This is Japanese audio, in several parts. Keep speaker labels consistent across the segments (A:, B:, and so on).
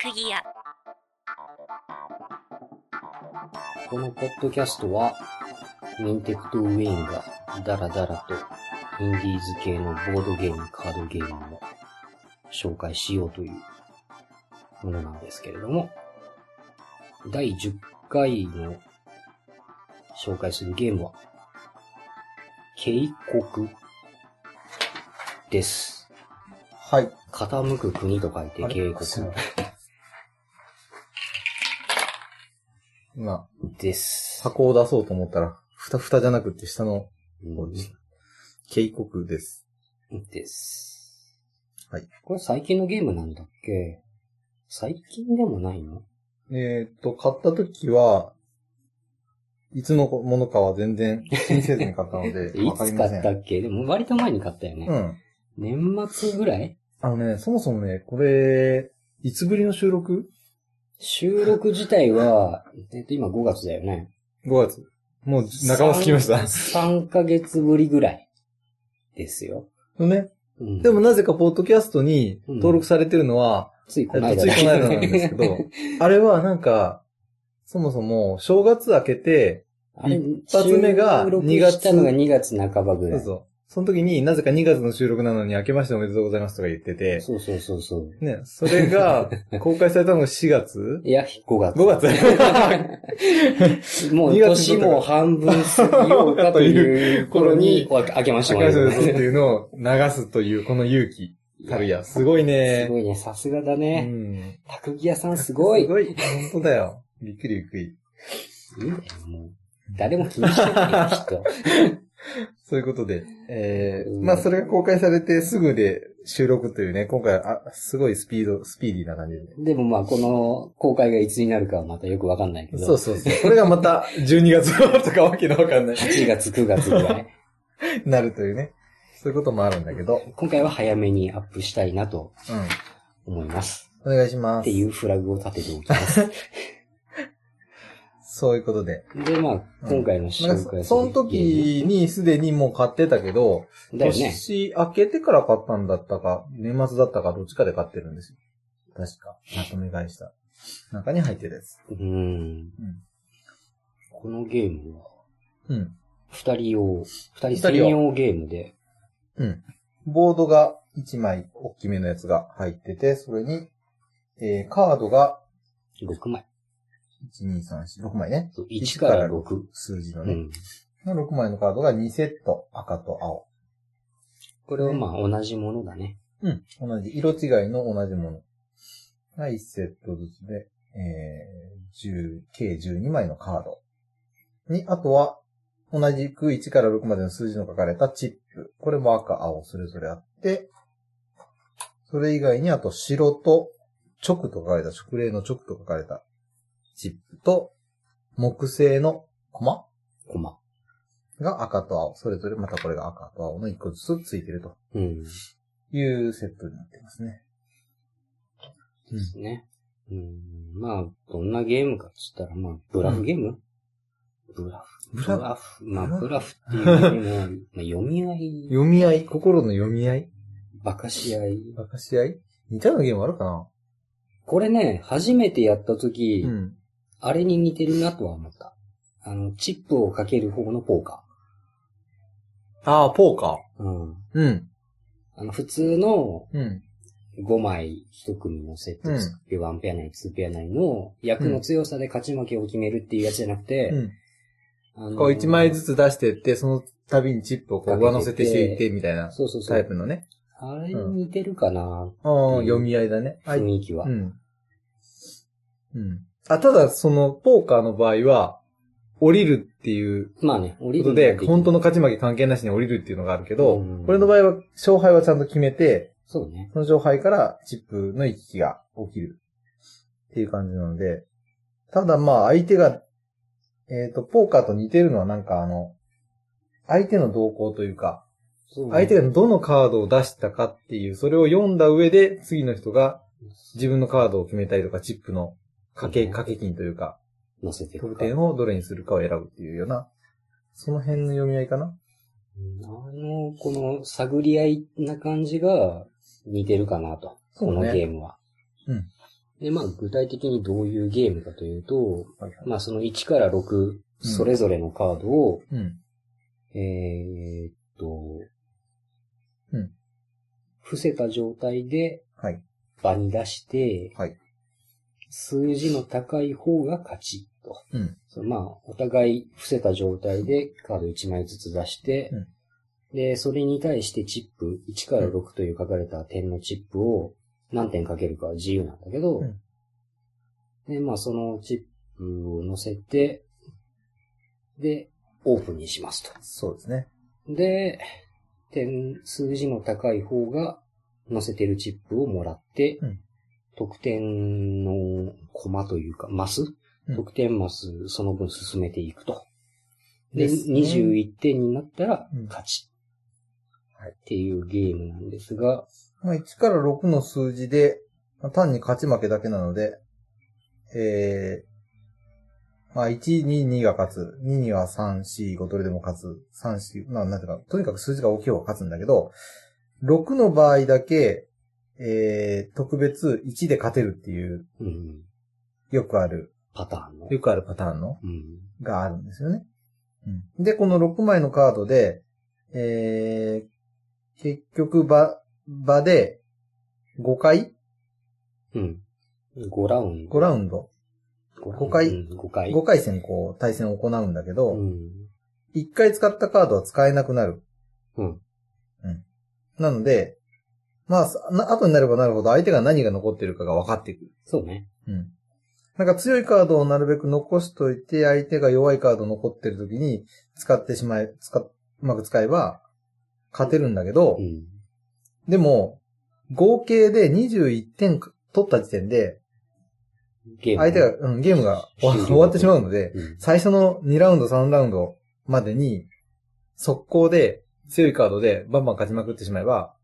A: 釘屋
B: このポッドキャストは、メンテクとウェインがダラダラとインディーズ系のボードゲーム、カードゲームを紹介しようというものなんですけれども、第10回の紹介するゲームは、警告です。
C: はい。
B: 傾く国と書いて
C: あれ
B: 警告
C: すいま今、
B: です。
C: 箱を出そうと思ったら、ふたふたじゃなくて下の
B: う
C: 方
B: ん
C: でした。警告です。
B: です。
C: はい。
B: これ最近のゲームなんだっけ最近でもないの
C: えーっと、買った時は、いつのものかは全然気にせずに買ったの で、
B: い
C: わかり
B: つ
C: ま
B: 買
C: せん。
B: ったっけでも割と前に買ったよ
C: う
B: ね。
C: ん。
B: 年末ぐらい
C: あのね、そもそもね、これ、いつぶりの収録
B: 収録自体は、えっと今5月だよね。
C: ?5 月。もう仲間つきました。
B: 3 3ヶ月ぶりぐらいですよ。
C: の ね。
B: うん、
C: でもなぜかポッドキャストに登録されてるのは、
B: ついこ
C: えっ
B: の
C: と
B: 間
C: ついこの
B: だよ
C: 間なんですけど、あれはなんか、そもそも正月明けて、
B: あれ
C: 一発目が
B: 収録
C: 2月
B: したのが2月半ばぐ
C: そ
B: ら
C: う
B: い。そう
C: そう。その時になぜか2月の収録なのに明けましておめでとうございますとか言ってて、
B: そうそうそうそう。
C: ね、それ が公開されたのが4月
B: いや、5月。
C: 5月
B: もう
C: 2
B: 年
C: 月の
B: も半分過ぎようかという頃に、 お明けまして
C: 明
B: も
C: け
B: らい
C: ましておめでとうって
B: す。
C: いうのを流すというこの勇気たるや。すごいね。
B: すごいね、さすがだ
C: う
B: ね。
C: ん。
B: たくぎ屋さんすごい。いいん
C: すごい。本当だよ。びっくりびっくり。
B: だよ、もう。誰も気にしてないよ、きっと。
C: そういうことで、えー
B: うん
C: まあそれが公開されてすぐで収録というね、今回は、あ、すごいスピード、スピーディーな感じで。
B: でもまあ、この公開がいつになるかはまたよくわかんないけど。
C: そうそうそう。これがまた12月頃とかわけのわかんない。
B: 8月、9月ぐ らい。
C: なるというね。そういうこともあるんだけど。
B: 今回は早めにアップしたいなと
C: う
B: 思います。
C: ん。お願いしま
B: っ
C: す
B: て。いうフラグを立てておき ます。
C: そういうことで。
B: で、まあ、今回の
C: なん
B: 紹
C: か
B: 介
C: その時にすでにもう買ってたけど、
B: だよね。
C: 年明けてから買ったんだったか、年末だったか、どっちかで買ってるんですよ。確か。まとめ買いした。中に入ってるやつ。
B: うん。
C: うん
B: このゲームは、
C: うん。
B: 二人用、二人
C: 人
B: 専用ゲームで、
C: うん。ボードが1枚大きめのやつが入ってて、それに、えー、カードが
B: 6枚。
C: 1、2、3、4、6枚ね。
B: 1から
C: 1
B: 6。
C: 数字の
B: う
C: ね。
B: ん。
C: の6枚のカードが2セット、赤と青。
B: これはまあ同じものだね。
C: うん。同じ。色違いの同じもの。が1セットずつで、えー、10計12枚のカード。に、あとは、同じく1から6までの数字の書かれたチップ。これも赤、青、それぞれあって、それ以外にあと白と直と書かれた、食例の直と書かれたチップと、木製のコマ
B: コマ。
C: が赤と青。それぞれまたこれが赤と青の1個ずつついてると
B: うん。で
C: いうセットになってますね。
B: すね。うん。まあ、どんなゲームかっつったら、まあ、ブラフゲーム、ブラフ。
C: ブ
B: ブ
C: ラ
B: ラフ。まあ、ブラフっていうよりも、 まあ、読み合い、
C: 読み合い心の読み合い
B: バカし合い。
C: 明かし合い似たようなゲームあるかな
B: これね、初めてやった時、
C: うん。
B: あれに似てるなとは思った。あの、チップをかける方のポーカ
C: ああ、ポーカ
B: ー。うん。
C: ー。うん。
B: あの、普通の
C: うん。
B: 5枚1組のセットを作って、1ペア内、2ペア内の役の強さで勝ち負けを決めるっていうやつじゃなくて、
C: うん。
B: あの
C: こう一枚ずつ出してって、その度にチップをこう上乗せてしていって、みたいな
B: そうそうそ
C: タイプ
B: う。
C: のね。
B: あれに似てるかな、
C: ああ、読み合いだね。はい。
B: 雰囲気は、
C: うん。うん。あ、ただ、その、ポーカーの場合は、降りるっていう
B: まあね、降
C: こ
B: り
C: と
B: る
C: で、本当
B: の。
C: の勝ち負け関係なしに降りるっていうのがあるけど
B: うん、
C: これの場合は、勝敗はちゃんと決めて、
B: そうね。
C: その勝敗からチップの行き来が起きる。っていう感じなので、ただまあ相手が、えっ、と、ポーカーと似てるのはなんかあの、相手の動向というか、
B: そうね
C: 相手がどのカードを出したかっていう、それを読んだ上で、次の人が自分のカードを決めたりとか、チップの掛け、
B: うん
C: 掛け金というか、
B: 乗せていく
C: 得
B: か。
C: 点をどれにするかを選ぶっていうような、その辺の読み合いかな
B: うんあの、この探り合いな感じが似てるかなと。
C: そう
B: こ
C: ね
B: のゲームは。
C: うん
B: で、まあ、具体的にどういうゲームかというと、
C: はいはい
B: まあ、その1から6、それぞれのカードを、
C: うん。
B: えーっと、
C: うん
B: 伏せた状態で
C: はい。
B: 場に出して、
C: はい
B: 数字の高い方が勝ちと。
C: うん。
B: そのまあ、お互い伏せた状態でカード1枚ずつ出して、
C: うん
B: で、それに対してチップ、1から6という書かれた点のチップを何点かけるかは自由なんだけど、
C: うん
B: で、まあ、そのチップを乗せて、で、オープンにしますと。
C: そうですね。
B: で、点、数字の高い方が乗せてるチップをもらって、
C: うん
B: 得点のコマというか、マス、
C: うん
B: 得点マス、その分進めていくと。で、
C: ですね
B: 21点になったら
C: うん
B: 勝ち。
C: はい
B: っていうゲームなんですが、
C: まあ、1から6の数字で、まあ、単に勝ち負けだけなので、えー、まあ、1、2、2が勝つ。2には3、4、5どれでも勝つ。3、4、ななんていうか、とにかく数字が大きい方が勝つんだけど、6の場合だけ、えー、特別1で勝てるっていう、
B: うん、
C: よくある、
B: パターンの。
C: よくあるパターンの
B: うん、
C: があるんですよね。で、この6枚のカードで、えー、結局場、場で5回
B: うん。5ラウンド。
C: ?5 ラウンド。
B: 5
C: 五回
B: 5回。
C: 5回戦こう対戦を行うんだけど、
B: うん。
C: 1回使ったカードは使えなくなる。
B: うん。
C: なので、まあ、さな後になればなるほど相手が何が残ってるかが分かってくる。
B: そうね。
C: うん。なんか強いカードをなるべく残しといて、相手が弱いカード残ってる時に使ってしまえ、使っ、うまく使えば勝てるんだけど、
B: うん。
C: でも、合計で21点取った時点で、
B: ゲーム。
C: 相手が、うん、ゲームが終わ
B: 終了
C: 終わってしまうので、
B: うん、
C: 最初の2ラウンド、3ラウンドまでに、速攻で強いカードでバンバン勝ちまくってしまえば、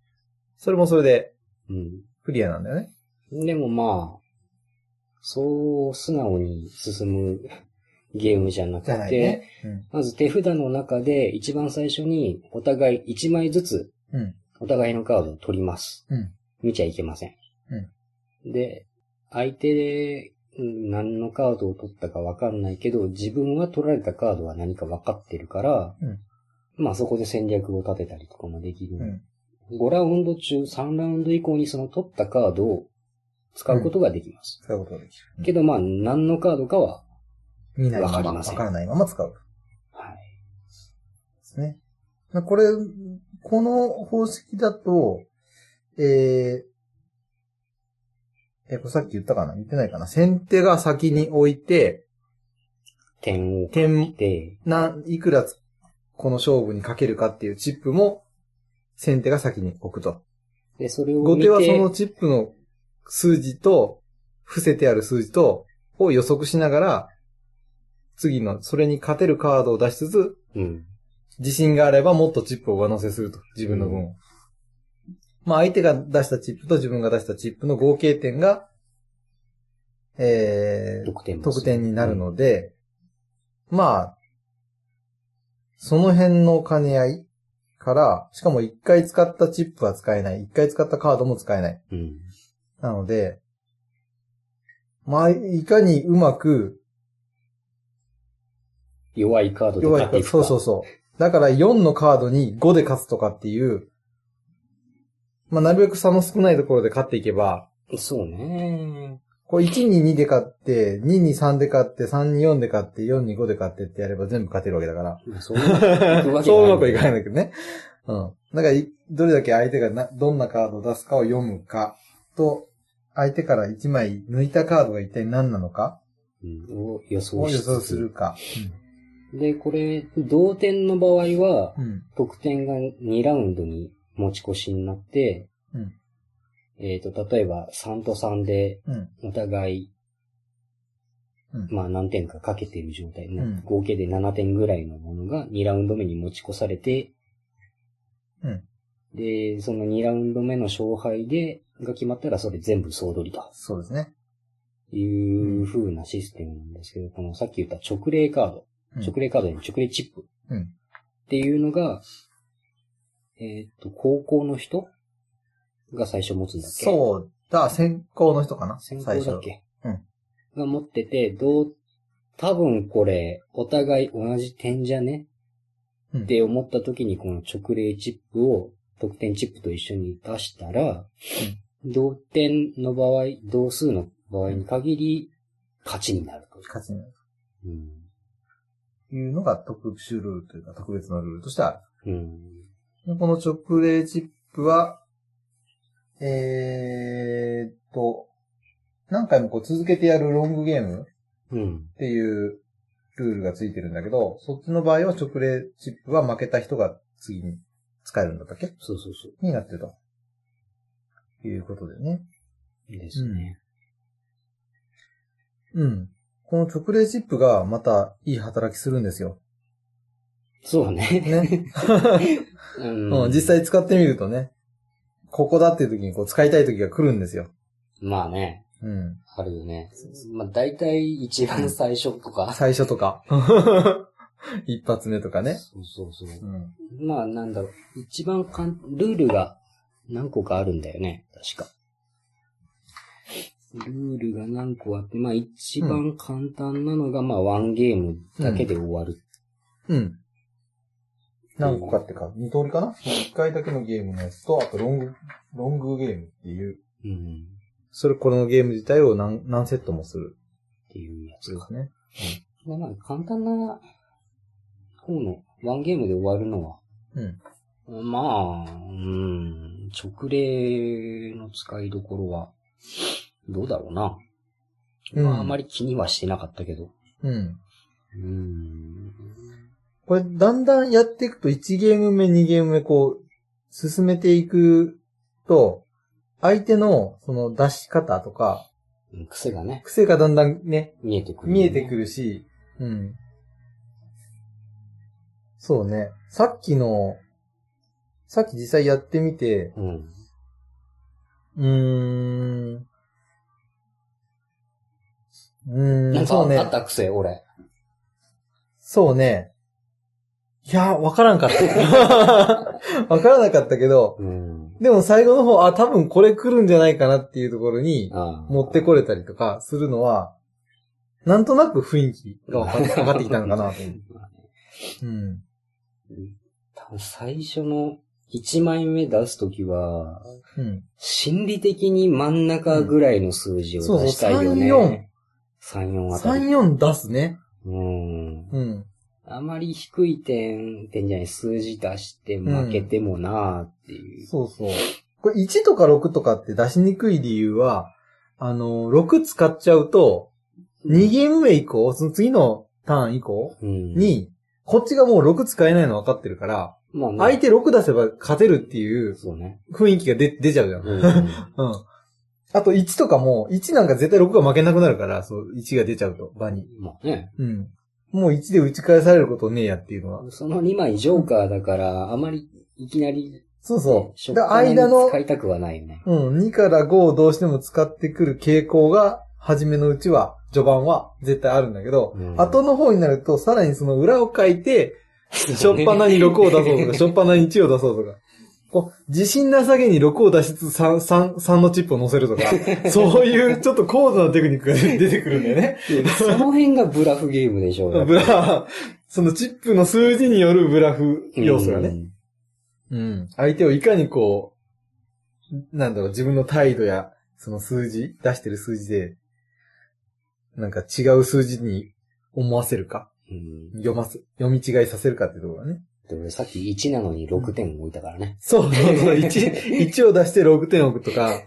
C: それもそれで
B: うん。
C: クリアなんだよね。
B: でもまあ、そう素直に進むゲームじゃなく
C: じゃない
B: て、
C: ね。
B: まず手札の中で一番最初にお互い1枚ずつ
C: うん。うん。
B: お互いのカードを取ります。
C: うん
B: 見ちゃいけません。で、相手でうん何のカードを取ったかわかんないけど、自分は取られたカードは何かわかってるから、
C: うん
B: まあそこで戦略を立てたりとかもできるん
C: う
B: で
C: ん。
B: 5ラウンド中3ラウンド以降にその取ったカードを使うことができます。
C: 使うことができる。
B: けどまあ何のカードかは、
C: 見ないま
B: わかり
C: ま、
B: ま
C: わ
B: せん
C: からないまま使う。
B: はい。
C: ですね。まあこれ、この方式だと、えー、え、これさっき言ったかな言ってないかな先手が先に置いて、
B: 点を切
C: 点
B: っ、て、
C: なん、いくらつこの勝負にかけるかっていうチップも、先手が先に置くと。
B: で、それを
C: 後
B: 見
C: 手
B: て、
C: はそのチップの数字と、伏せてある数字と、を予測しながら、次の、それに勝てるカードを出しつつ、
B: うん。
C: 自信があればもっとチップを上乗せすると。自分の分を。まあ相手が出したチップと自分が出したチップの合計点が、えー、
B: 得点も
C: 得点になるので、まあ、その辺の兼ね合いから、しかも一回使ったチップは使えない。一回使ったカードも使えない。
B: うん。
C: なので、まあ、いかにうまく
B: 弱いカードで
C: 弱
B: 勝って
C: い
B: いくか。
C: そうそうそう。だから4のカードに5で勝つとかっていう、まあ、なるべく差の少ないところで勝っていけば、
B: そうね。
C: こう1に2で勝って、2に3で勝って、3に4で勝って、4に5で勝ってってやれば全部勝てるわけだから。
B: まあそういういくわけない
C: そううまくいかないんだけどね。うん。だからい、どれだけ相手がな、どんなカードを出すかを読むかと、相手から1枚抜いたカードが一体何なのか
B: うんを予想
C: を
B: し
C: 予
B: つつ
C: 想するか。
B: で、これ、同点の場合は
C: う、ん。
B: 得点が2ラウンドに持ち越しになって、
C: うん
B: えっ、と、例えば3と3で
C: うん。うん。
B: お互い、
C: うん
B: まあ何点かかけてる状態、
C: ん
B: 合計で7点ぐらいのものが2ラウンド目に持ち越されて、
C: うん
B: で、その2ラウンド目の勝敗で、が決まったらそれ全部総取りと
C: そうですね。
B: いう風なシステムなんですけど、このさっき言った直例カード、
C: うん
B: 直例カードに直例チップ
C: うん
B: っていうのが、えっと、高校の人が最初持つんだっけう。
C: そうだ、先行の人かな
B: 先
C: 最
B: 行
C: 初
B: だっけ
C: うん。
B: が持ってて、どう、多分これ、お互い同じ点じゃね
C: うん
B: って思った時にこの直霊チップを得点チップと一緒に出したら、同点の場合、同数の場合に限り、勝ちになると。
C: 勝ちになる
B: うん。
C: というのが特殊ルールというか特別なルールとしてある。
B: うん。
C: でこの直霊チップは、えーっと、何回もこう続けてやるロングゲーム
B: うん
C: っ。ていうルールがついてるんだけど、そっちの場合は直霊チップは負けた人が次に使えるんだったっけ
B: そうそうそ
C: になってると。いうことでね。
B: う。ですね。
C: うん。この直霊チップがまたいい働きするんですよ。
B: そうね。
C: ね。
B: う
C: うん、実際使ってみるとね、ここだっていう時にこう使いたい時が来るんですよ。
B: まあね、
C: うん。
B: あるよね。まあ大体一番最初とか。
C: 最初とか。 一発目とかね。
B: そうそうそう。
C: うん。
B: まあなんだろう、一番かん、ルールが何個かあるんだよね、確か。ルールが何個あって、まあ一番簡単なのが、まあワンゲームだけで終わる。
C: うん。何個かってか、二通りかな一回だけのゲームのやつと、あとロング、ロングゲームっていう。
B: うん。
C: それ、このゲーム自体を何、何セットもする。
B: っていうやつ
C: で
B: か。
C: すね。
B: でまあ簡単な方のワンゲームで終わるのは、
C: うん。
B: まあ、うん、直例の使いどころは、どうだろうな。
C: うん
B: まあ、あまり気にはしてなかったけど。
C: うん。
B: うん。
C: これ、だんだんやっていくと、1ゲーム目、2ゲーム目、こう、進めていくと、相手の、その、出し方とか、
B: 癖がね、
C: 癖がだんだんね、
B: 見えてくる、
C: 見えてく
B: る。
C: るし、うん。そうね。さっきの、さっき実際やってみて、
B: うん。
C: うーん。う
B: な
C: ー
B: ん
C: ん、そう
B: かあっ
C: ね。
B: た癖、俺。
C: そうね。いやー、わからんかった。 わからなかったけど、
B: うん。
C: でも最後の方、あ、多分これ来るんじゃないかなっていうところに、
B: ああ
C: 持ってこれたりとかするのは、なんとなく雰囲気がわか わかってきたのかなと思う。うん。
B: 多分最初の1枚目出すときは、
C: うん。
B: 心理的に真ん中ぐらいの数字
C: そ
B: を
C: うそう
B: 出したいよね。
C: 3-4
B: 3、4あたり。
C: 3、4出すね。
B: うん。
C: うん。
B: あまり低い点、点じゃない、数字出して負けてもなーっていう。
C: そうそう。これ1とか6とかって出しにくい理由は、あの、6使っちゃうと、2ゲーム目以降、その次のターン以降
B: うん、
C: に、こっちがもう6使えないの分かってるから、
B: まあね、
C: 相手6出せば勝てるっていう
B: そう ね。
C: 雰囲気が出、出ちゃうじゃん。
B: うん
C: うん。あと1とかも、1なんか絶対6が負けなくなるから、そう、1が出ちゃうと、場に。
B: まあね。
C: うん。もう1で打ち返されることねえやっていうのは。
B: その2枚ジョーカーだから、あまりいきなり、
C: そうそう。
B: 初
C: だから
B: 回に
C: 間の
B: 使いたくはないよ ね。
C: うん、2から5をどうしても使ってくる傾向が、初めのうちは、序盤は絶対あるんだけど、
B: うん
C: 後の方になると、さらにその裏を書いて、しょっぱなに6を出そうとか、しょっぱなに1を出そうとか、こう、自信なさげに6を出しつつ3、3、3のチップを乗 せるとか、そういうちょっと高度なテクニックが出出てくるんだよね。
B: その辺がブラフゲームでしょう
C: ブラ、そのチップの数字によるブラフ 要素がね。
B: ね。
C: うん。相手をいかにこう、なんだろう、自分の態度や、その数字、出してる数字で、なんか違う数字に思わせるか、
B: うん。
C: 読ます、読み違いさせるかっていうところがね。
B: で、俺さっき1なのに6点置いたからね。
C: そうそう そう、1、一を出して6点置くとか、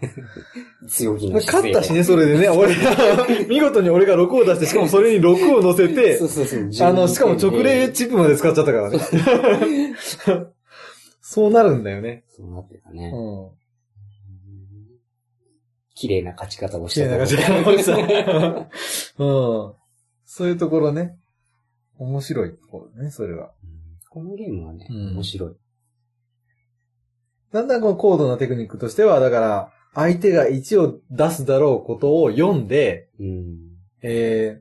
B: 強気の姿
C: 勝
B: 勢
C: ったしね、それでね、俺が、見事に俺が6を出して、しかもそれに6を乗せて
B: そ、うそうそう。
C: あの、しかも直霊チップまで使っちゃったからね。 そうなるんだよね。
B: そうなってたね。
C: うん。
B: 綺麗な勝ち方をし
C: 綺麗
B: て
C: な
B: た。
C: 感じが
B: 方
C: 直した。 うん。そういうところね。面白いところね、それは。
B: このゲームはね、
C: うん
B: 面白い。
C: だんだんこの高度なテクニックとしては、だから、相手が1を出すだろうことを読んで、
B: うん。
C: え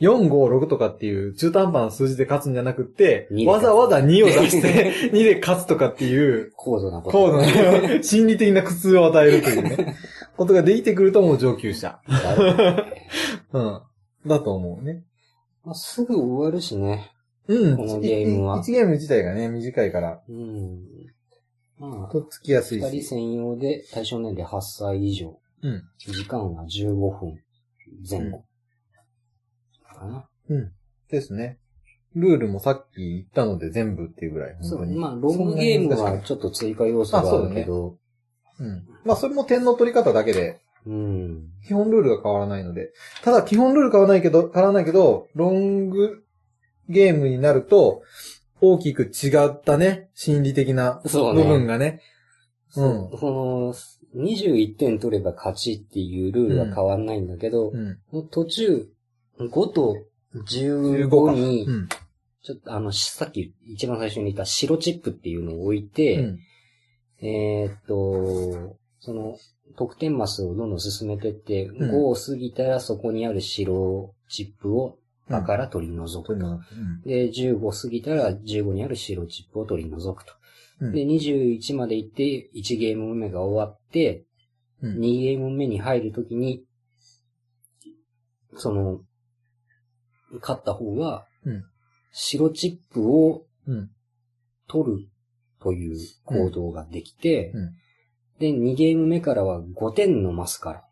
A: 4、5、6とかっていう中途半端な数字で勝つんじゃなくって
B: 二で、
A: わ
B: 勝つ
A: ざわざ2を出して、2で 勝つとかっていう、
B: 高度なこと。
A: 高度な心理的な苦痛を与えるというね、ことができてくるともう上級者。
B: なるほどね
A: うん。だと思うね。
B: まあ、すぐ終わるしね。
A: うん。
B: このゲームは
C: 1ゲーム自体がね、短いから、
B: うん。まあ
C: と、っつきやすい
B: 二人
C: し。
B: 専用で対象年齢8歳以上。
A: うん。
B: 時間は15分前後。かな。
C: ですね。
A: ルールもさっき言ったので全部っていうぐらい。本
B: そ
A: 当
B: う、
A: に
B: まあ、ロングゲーム
C: そんな
B: は
C: に難し
B: ちょっと追加要素があるけど、
C: うん。まあ、それも点の取り方だけで、
B: うん。
C: 基本ルールが変わらないので。ただ、基本ルール変わらないけど、変わらないけど、ロングゲームになると、
A: 大きく違ったね、心理的な
B: そ
A: 部
B: うね
A: 分がね。う
B: そこの、21点取れば勝ちっていうルールは変わんないんだけど、
A: うん。
B: 途中、5と15に、
A: うん。
B: ちょっとあの、しさっき一番最初に言った白チップっていうのを置い
A: う
B: て、
A: ん
B: えーっと、その、得点マスをどんどん進めてって、
A: うん
B: 5を過ぎたらそこにある白チップを、だから取り除
C: と
B: く
C: いう
B: と。
C: のが
B: で、15過ぎたら15にある白チップを取り除くと。
C: うん
B: で、21まで行って、1ゲーム目が終わって、
C: うん
B: 2ゲーム目に入るときに、その、勝った方は
C: うん、
B: 白チップを
C: うん
B: 取るという行動ができて
C: うんうん、
B: で、2ゲーム目からは5点のマスから。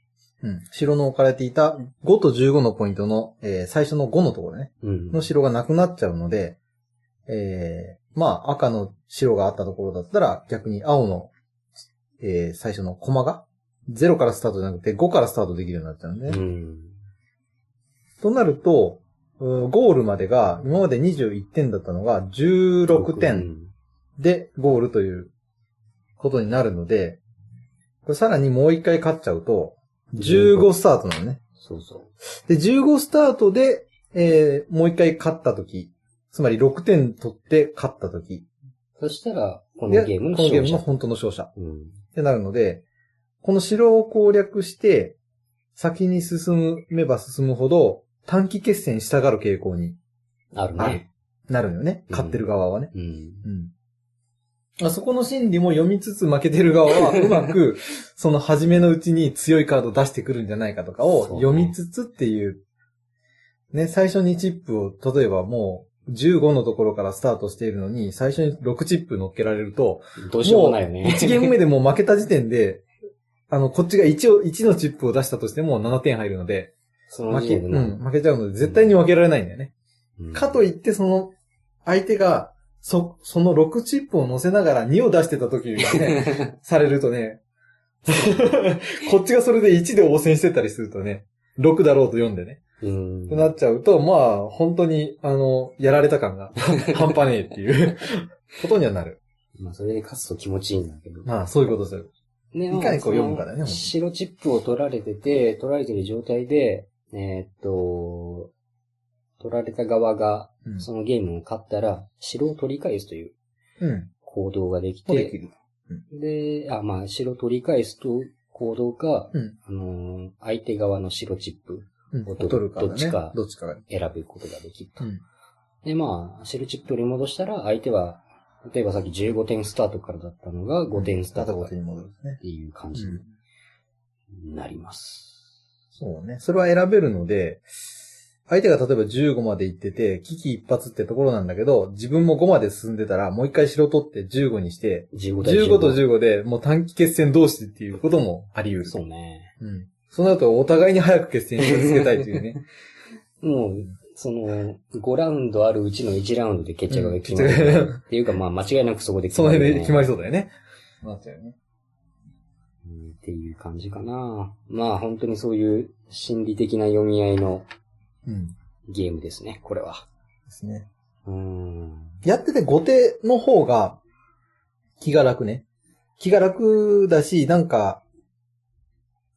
C: うん。白の置かれていた5と15のポイントの、えー最初の5のところね、
B: うん
C: の白がなくなっちゃうので、えーまあ、赤の白があったところだったら、逆に青の、えー最初の駒が、0からスタートじゃなくて5からスタートできるようになっちゃうんで、ね
B: うん。
C: となると、うんゴールまでが、今まで21点だったのが16点。でゴールということになるので、これさらにもう一回勝っちゃうと、15スタートなのね。
B: そうそ
C: で、15スタートで、えー、もう一回勝ったとき、つまり6点取って勝ったとき、
B: う。そしたら、こ
C: こ
B: のゲームの
C: このゲ
B: 勝
C: ームの
B: 者。
C: 本当の勝者っ
B: うん
C: てなるので、この城を攻略して、先に進めば進むほど、短期決戦に従う傾向に
B: ある
C: ある
B: ね。
C: なるのよね。
B: うん
C: 勝ってる側はね。
B: うん。
C: うん。あそこの心理も読みつつ負けてる側 は、うまく、その初めのうちに強いカードを出してくるんじゃないかとか
B: そう
C: を
B: ね
C: 読みつつっていう、ね、最初にチップを、例えばもう、15のところからスタートしているのに、最初に6チップ乗っけられると、
B: どうしようもないよね。
C: 1ゲーム目でもう負けた時点で、 あの、こっちが1を、1のチップを出したとしても7点入るので、
B: その
C: 負
B: 時
C: け、
B: 点で
C: う、
B: なん
C: 負けちゃうので、絶対に負けられないんだよね。
B: うん
C: かといって、その、相手が、そ、その6チップを乗せながら2を出してた時に ね、されるとね、 こっちがそれで1で応戦してたりするとね、6だろうと4でね、
B: うん。
C: なっちゃうと、まあ、本当に、あの、やられた 感が半端ねえっていうことにはなる。
B: まあ、それで勝つと気持ちいいんだけど。
C: まあ、そういうことする。
B: ね
C: いかにこう読むかだよね
B: その白チップを取られてて、取られてる状態で、えーっと、取られた側が、
C: うん。
B: そのゲームを勝ったら、白を取り返すという
C: うん。
B: 行動ができ
C: もうでき
B: て、
C: る。
B: で、あ、まあ、白を取り返すと行動か、
C: うん
B: あのー相手側の白チップ
C: うん。
B: 取る
C: 取るからね。
B: どっちか
C: どっちかが。
B: 選ぶことができると。
C: うん
B: で、まあ、白チップ取り戻したら、相手は、例えばさっき15点スタートからだったのが5点スタート
C: 片
B: から
C: 方手に戻るんですね
B: っ。ていう感じになります。
C: そうね。それは選べるので、相手が例えば15まで行ってて、危機一発ってところなんだけど、自分も5まで進んでたら、もう一回白取って15にして、
B: 15対
C: 15と15でもう短期決戦同士っていうこともあり得る。
B: そうね。
C: うん。その後、お互いに早く決戦にぶつけたいというね。
B: もう、その、5ラウンドあるうちの1ラウンドで 決着が決ま
C: うん
B: る。
C: 決着
B: っていうか、まあ、間違いなくそこで決
C: そ
B: ま
C: の
B: る、
C: 辺で決ま
B: り。
C: りそうだよね。なっちゃうよね。
B: うんっていう感じかな。まあ、本当にそういう心理的な読み合いの
C: うん。で
B: ゲームですね、これは。
C: すね。
B: うん。
C: やってて後手の方が気が楽ね。気が楽だし、なんか、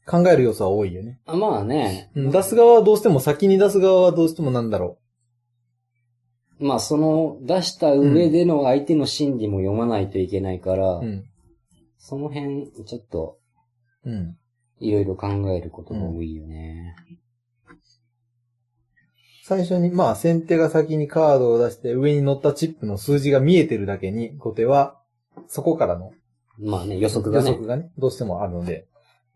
C: 考える要素は多いよね。
B: あまあね。
C: うん出す側はどうしても、先に出す側はどうしてもなんだろ
B: まあ、その、出した上での相手の心理も読まないといけないから、
C: う。うん。
B: その辺、ちょっと、
C: うん。
B: いろいろ考えることが多いよね。
C: 最初に、まあ、先手が先にカードを出して、上に乗ったチップの数字が見えてるだけに、後手は、そこからの
B: まあね、予測
C: 予
B: がね。
C: 測がね、どうしてもあるので、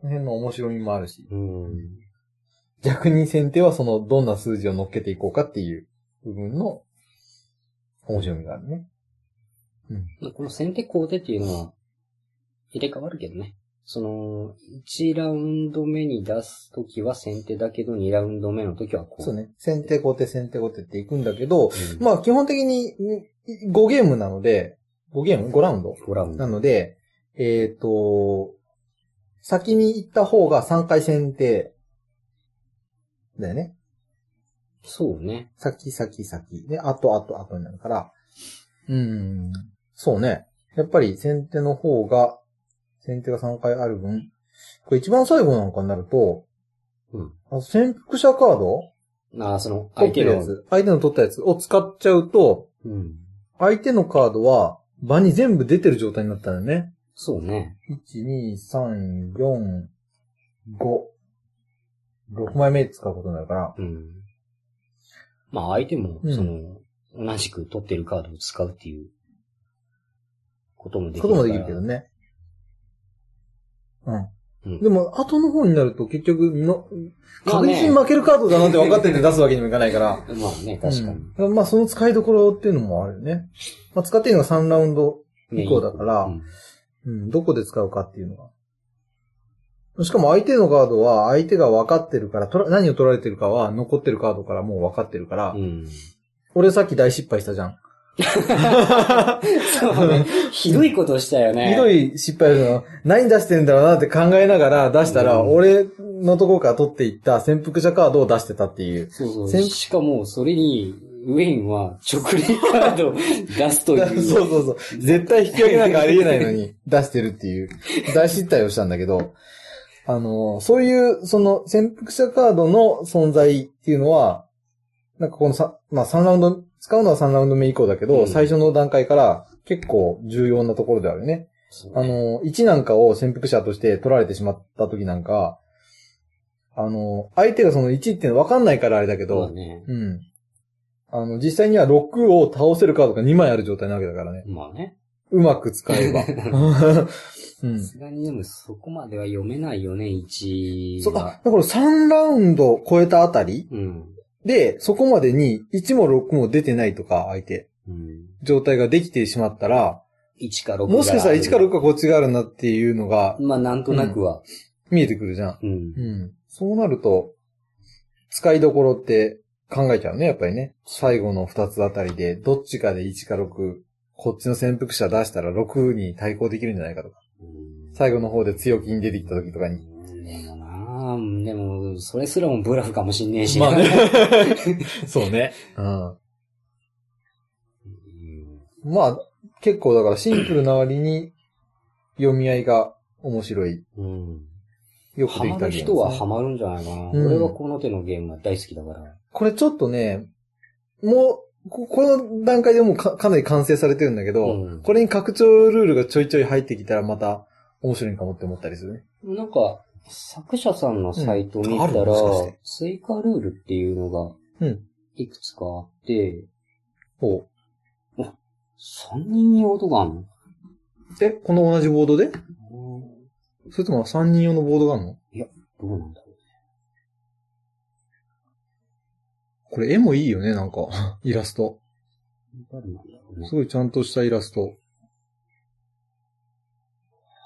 C: この辺の面白みもあるし、
B: うん。
C: 逆に先手はその、どんな数字を乗っけていこうかっていう部分の、面白みがあるね。
B: まあこの先手後手っていうのは、入れ替わるけどね。その、1ラウンド目に出すときは先手だけど、2ラウンド目のときはこう。
C: そうね。先手後手先手後手っていくんだけど、
B: うん。
C: まあ基本的に5ゲームなので、5ゲーム ?5 ラウンド
B: 5ラウンド
C: な。ので、えっ、と、先に行った方が3回先手だよね。
B: そうね。
C: 先先先。で、あとあとあとになるから。うーん。そうね。やっぱり先手の方が、先手が3回ある分、これ一番最後なんかになると、
B: うん。
C: あ潜伏者カード
B: ああ、その、
C: 取
B: 相
C: っ
B: 手
C: てる
B: の
C: や。つ。相手の取ったやつを使っちゃうと、
B: うん。
C: 相手のカードは場に全部出てる状態になったんだよね。
B: そうね。
C: 1,2,3,4,5,6枚目使うことになるから、
B: うん。まあ、相手も、
C: うん
B: その、同じく取ってるカードを使うっていう、こともできる
C: こ
B: から。
C: ともできるけどね。うん。
B: うん
C: でも、後の方になると結局の、
B: まあ
C: 確
B: ね
C: 実に負けるカードだなって分かってて出すわけにもいかないから。
B: まあね、確かに。
C: うんまあ、その使いどころっていうのもあるよね。まあ、使っていいのが3ラウンド以降だから、
B: うん
C: うん、どこで使うかっていうのが。しかも相手のカードは相手が分かってるから、取ら何を取られてるかは残ってるカードからもう分かってるから、
B: うん。
C: 俺さっき大失敗したじゃん。
B: そうね。ひどいことしたよね。
C: ひどい失敗だな。何出してんだろうなって考えながら出したら、
B: うん
C: 俺のとこから取っていった潜伏者カードを出してたっていう。
B: そうそ
C: 先
B: う。しかも、それに、ウェインは直輪カードを出すと
C: そう
B: いう。
C: そうそう。絶対引き分けなんかありえないの に出してるっていう大失態をしたんだけど、あの、そういう、その潜伏者カードの存在っていうのは、なんかこのさ、まあ3ラウンド、使うのは3ラウンド目以降だけど、
B: うん
C: 最初の段階から結構重要なところであるよね。
B: そう
C: あの、1なんかを潜伏者として取られてしまった時なんか、あの、相手がその1っていうの分かんないからあれだけ
B: そうだ
C: ど、
B: ね。
C: うん。あの、実際には6を倒せるカードが2枚ある状態なわけだからね。
B: まあね。
C: うまく使え ば。うん
B: さ。すがにでもそこまでは読めないよね、1
C: そう、あ
B: は。、
C: だから3ラウンド超えたあたり
B: うん。
C: で、そこまでに1も6も出てないとか、相手、
B: うん。
C: 状態ができてしまったら、
B: 1か6
C: もしかしたら1か6がこっちがあるなっていうのが
B: まあ、なんとなくは。
C: 見えてくるじゃん。
B: うん。
C: うん。そうなると、使いどころって考えちゃうね、やっぱりね。最後の二つあたりで、どっちかで1か6、こっちの潜伏者出したら6に対抗できるんじゃないかとか。
B: うん
C: 最後の方で強気に出てきた時とかに。
B: でもなあでも、それすらもブラフかもしんねえし。
C: まあね。 そうね。うん。
B: うん
C: まあ、結構だからシンプルな割に、読み合いが面白い。
B: うん。
C: よく
B: ハ
C: でき
B: マ
C: た
B: る
C: ゲームですね
B: 人はハマるんじゃないかな。
C: うん
B: 俺はこの手のゲームが大好きだから。
C: これちょっとね、もう、ここの段階でもうかかなり完成されてるんだけど、
B: うん
C: これに拡張ルールがちょいちょい入ってきたらまた面白いかもって思ったりするね。
B: なんか、作者さんのサイト見
C: うんあ
B: たら
C: るもしかして、
B: 追加ルールっていうのが
C: うん。
B: いくつかあって、
C: ほ
B: 3人用とかあんの
C: う。え、この同じボードで
B: ど
C: それとも3人用のボードがあるの
B: うなんだろ
C: これ絵もいいよね、なんか。 イラスト。
B: う誰なんだろうね
C: す。ごいちゃんとしたイラスト。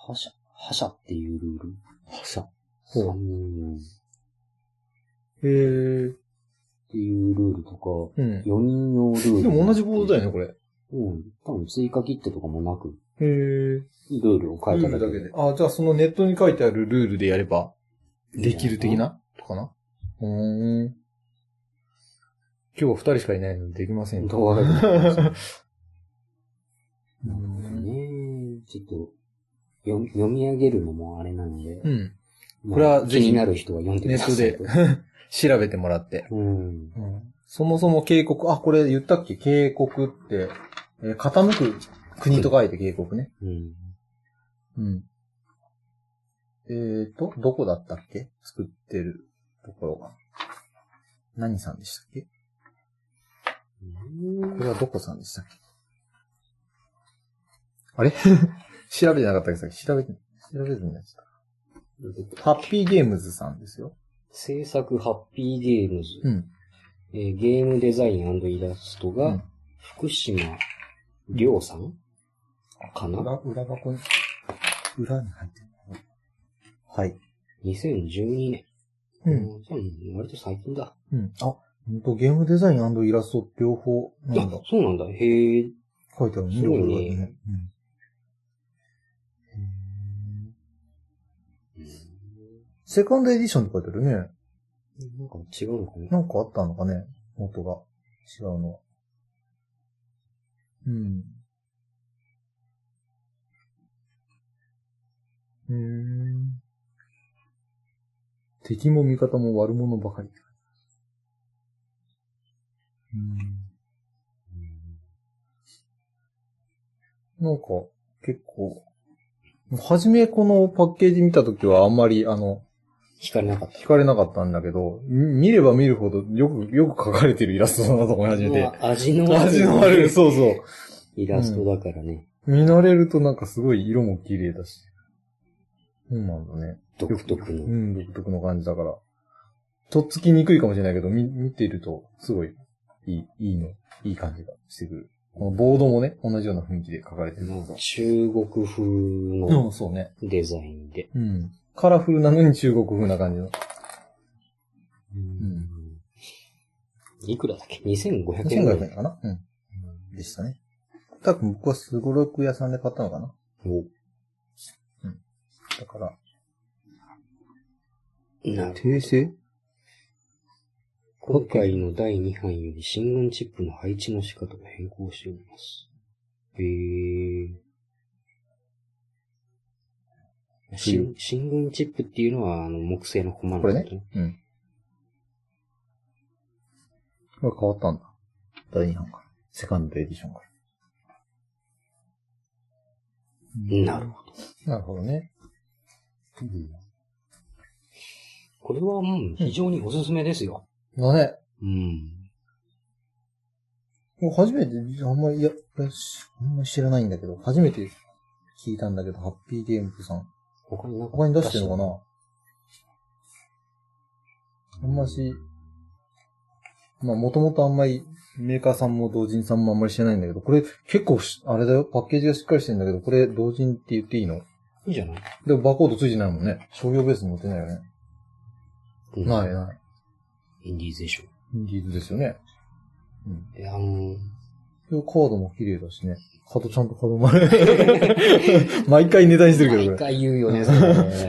B: 覇者、覇者っていうルール
C: はしゃ。ほう
B: ?3 人用っ
C: へえ。
B: ていうルールとか、
C: うん。
B: 4人用ルール。
C: でも同じボードだよね、これ。へ
B: うん。多分追加切手とかもなく、
C: え。ル
B: ルールを変え
C: ー
B: ただ
C: ル
B: け
C: だ
B: で。
C: けで。あ、じゃあそのネットに書いてあるルールでやれば、できる的なとかなうーん。今日は二人しかいないのでできませんね。
B: どうあればいいかわかんないですね
C: う
B: ねえ、ちょっと、読み読み上げるのもあれなので、
C: ん。
B: まあ
C: これはぜひ
B: 気になる人は読んで
C: ネ
B: くだ
C: ッ
B: さ
C: ト
B: い。
C: で 調べてもらって。
B: うん。
C: そもそも警告、あ、これ言ったっけ警告って、えー傾く国と書いて警告ね。
B: うん。
C: うん。えっ、ー、と、どこだったっけ作ってるところが。何さんでしたっけ
B: うん
C: これはどこさんでしたっけあれ 調べてなかったっけさっき調べて、調べてみました。ハッピーゲームズさんですよ。
B: 制作ハッピーゲームズ。
C: うん。
B: えーゲームデザインイラスト
C: う
B: が
C: ん、
B: 福島亮さんかな
C: 裏、裏箱に、裏に入ってる。はい。
B: ?2012 年。
C: うん。
B: あー。じゃあ割と最近だ。
C: うん。あ、ほんと、ゲームデザインイラスト両方、
B: いや
C: なんだ、、
B: そうなんだ。へえ。
C: 書いてあるね。
B: すごいね
C: 両方だうんセカンドエディションって書いてあるね。
B: なんか違うのかな
C: なんかあったのかね元が。違うのは。うん。うーん。敵も味方も悪者ばかり。うん。なんか、結構、初めこのパッケージ見たときはあんまり、あの、
B: 惹かれなかった。
C: 聞かれなかったんだけど、み見れば見るほどよく、よく描かれてるイラストだなと思い始めて。
B: まあ味の悪い
C: 味の悪い、そうそう。
B: イラストだからね。
C: 見慣れるとなんかすごい色も綺麗だし。そうなんだね。
B: 独特
C: う
B: の。
C: ん、独特の感じだから。とっつきにくいかもしれないけど、み、見ていると、すごい、いい、いいの、いい感じがしてくる。このボードもね、同じような雰囲気で描かれてる。
B: まあ中国風
C: う
B: の
C: ん、そうね。
B: デザインで。
C: うん。カラフルなのに中国風な感じの。ん
B: いくらだっけ ?2500 円ぐら
C: 2500
B: い。
C: 円かなうん。でしたね。多分僕はスゴロク屋さんで買ったのかな
B: お
C: だから、
B: なる
C: 訂正
B: 今回の第2版より新聞チップの配置の仕方を変更しております。へえ。新新聞チップっていうのは、あの、木製のコマのこと
C: こうん。これ変わったんだ。第2版から。セカンドエディションから。
B: なるほ
C: ど。なるほどね。
B: ど。これは、うん、非常におすすめですよ。
C: だね。
B: うん。
C: もう初めて、あんまり、いや、いやしあんまり知らないんだけど、初めて聞いたんだけど、ハッピーゲームズさん。
B: 他になんか
C: 他に出してるのかなあんまし、まあ、もともとあんまり、メーカーさんも同人さんもあんまりしてないんだけど、これ結構し、あれだよ、パッケージがしっかりしてるんだけど、これ同人って言っていいの
B: いいじゃない、
C: でもバーコードついてないもんね。商業ベースに載ってないよね。
B: うん
C: ないない。
B: インディーズでしょ。
C: インディーズですよね。うん。
B: いや、あの、
C: でもカードも綺麗だしね。カードちゃんと角丸。 毎回値段してるけど、
B: 毎
C: こ
B: 回言うよね、
C: れ。ち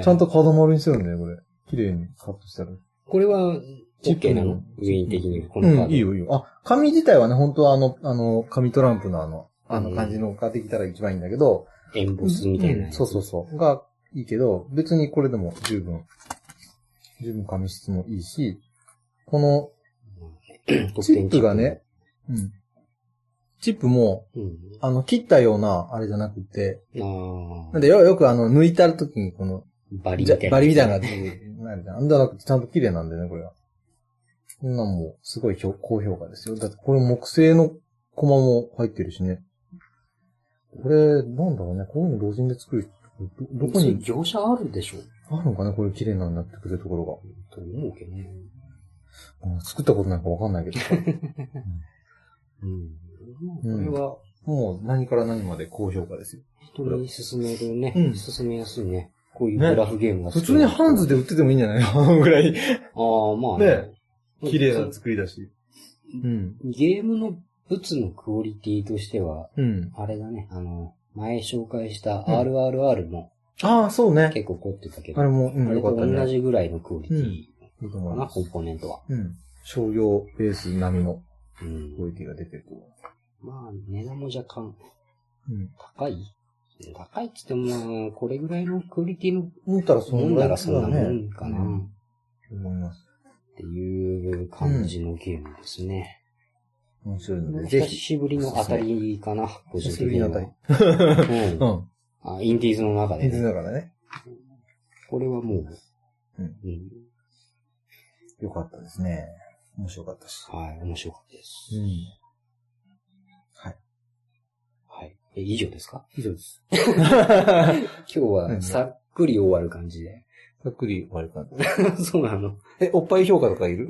C: ゃん
B: と。
C: と角丸にしてるんだよ、これ。綺麗にカットしてある。
B: これは、
C: チップ
B: OK な
C: う
B: の
C: ん
B: ウィーン的には、このカード。
C: うん、いいよ、いいよ。あ、紙自体はね、本当はあの、あの、紙トランプのあの、あ
B: う
C: の
B: ん
C: 感じのができたら一番いいんだけど、
B: エンボスみたいな
C: うん
B: やつ。
C: そうそうそう。が、いいけど、別にこれでも十分、十分紙質もいいし、この、
B: 得点
C: チップがね、うん。チップも、
B: うん。
C: あの、切ったような、あれじゃなくて、
B: あ
C: なんでよ、よくあの、抜いた時に、この、
B: バリみ
C: じ
B: た
C: ゃ
B: いな。
C: バリみたいな感じになるじゃん。じゃなくて、ちゃんと綺麗なんだよね、これは。こんなんも、すごい評高評価ですよ。だって、これ木製のコマも入ってるしね。これ、なんだろうね、こういうの同人で作る人ど、どこに
B: 業者あるでしょ
C: あるのかね、これ綺麗なのになってくれるところ
B: と思うけどね。
C: が。うん作ったことなんかわかんない けど。
B: うん。これは、
C: もう、何から何まで高評価ですよ。
B: 人に勧めるね。
C: うん
B: 勧めやすいね。こういうグラフゲームが好
C: 普
B: き
C: 通にハンズで売っててもいいんじゃ ないのぐらい、
B: ああ、まあね
C: ね。綺麗
B: う
C: なん作りだし。うん。
B: ゲームの物のクオリティとしては、
C: うん。
B: あれだね、あの、前紹介した RRR も
C: ああ、そうね。
B: 結構凝ってたけど、
C: あれ
B: あ
C: も、うん、
B: れ
C: よか
B: と
C: ったね。
B: 同じぐらいのクオリティ
C: いいと思
B: か
C: い
B: な、
C: ま
B: コ
C: す
B: ンポーネントは。
C: うん。商業ベース並みの
B: う
C: クオ
B: ん。
C: リティが出てると思
B: まあ、値段も若干
C: う。うん。
B: 高い高いっつっても、これぐらいのクオリティの
C: 思ったらそ
B: も
C: ん
B: ん
C: ぐ
B: な
C: ら
B: い
C: だ
B: らそんなも
C: ね。
B: んかな、
C: うん
B: っ
C: 思います。
B: ていう感じのゲームですね。
C: 面白いので、ぜ
B: 久
C: ひ。
B: しぶりの当たりかな、個人的
C: 久しぶり
B: には。
C: にあたり。
B: うん
C: うん。
B: あインディーズの中で、
C: 水
B: ね。
C: だからね。
B: これはもう、
C: うん
B: うん
C: よかったですね。面白かったし。
B: はい、面白かったです。
C: うん。
B: はい。え、以上ですか
C: 以上です。
B: 今日はさっくり終わる感じで。
C: ざっくり終わりかな。
B: そうなの。
C: え、おっぱい評価とかい る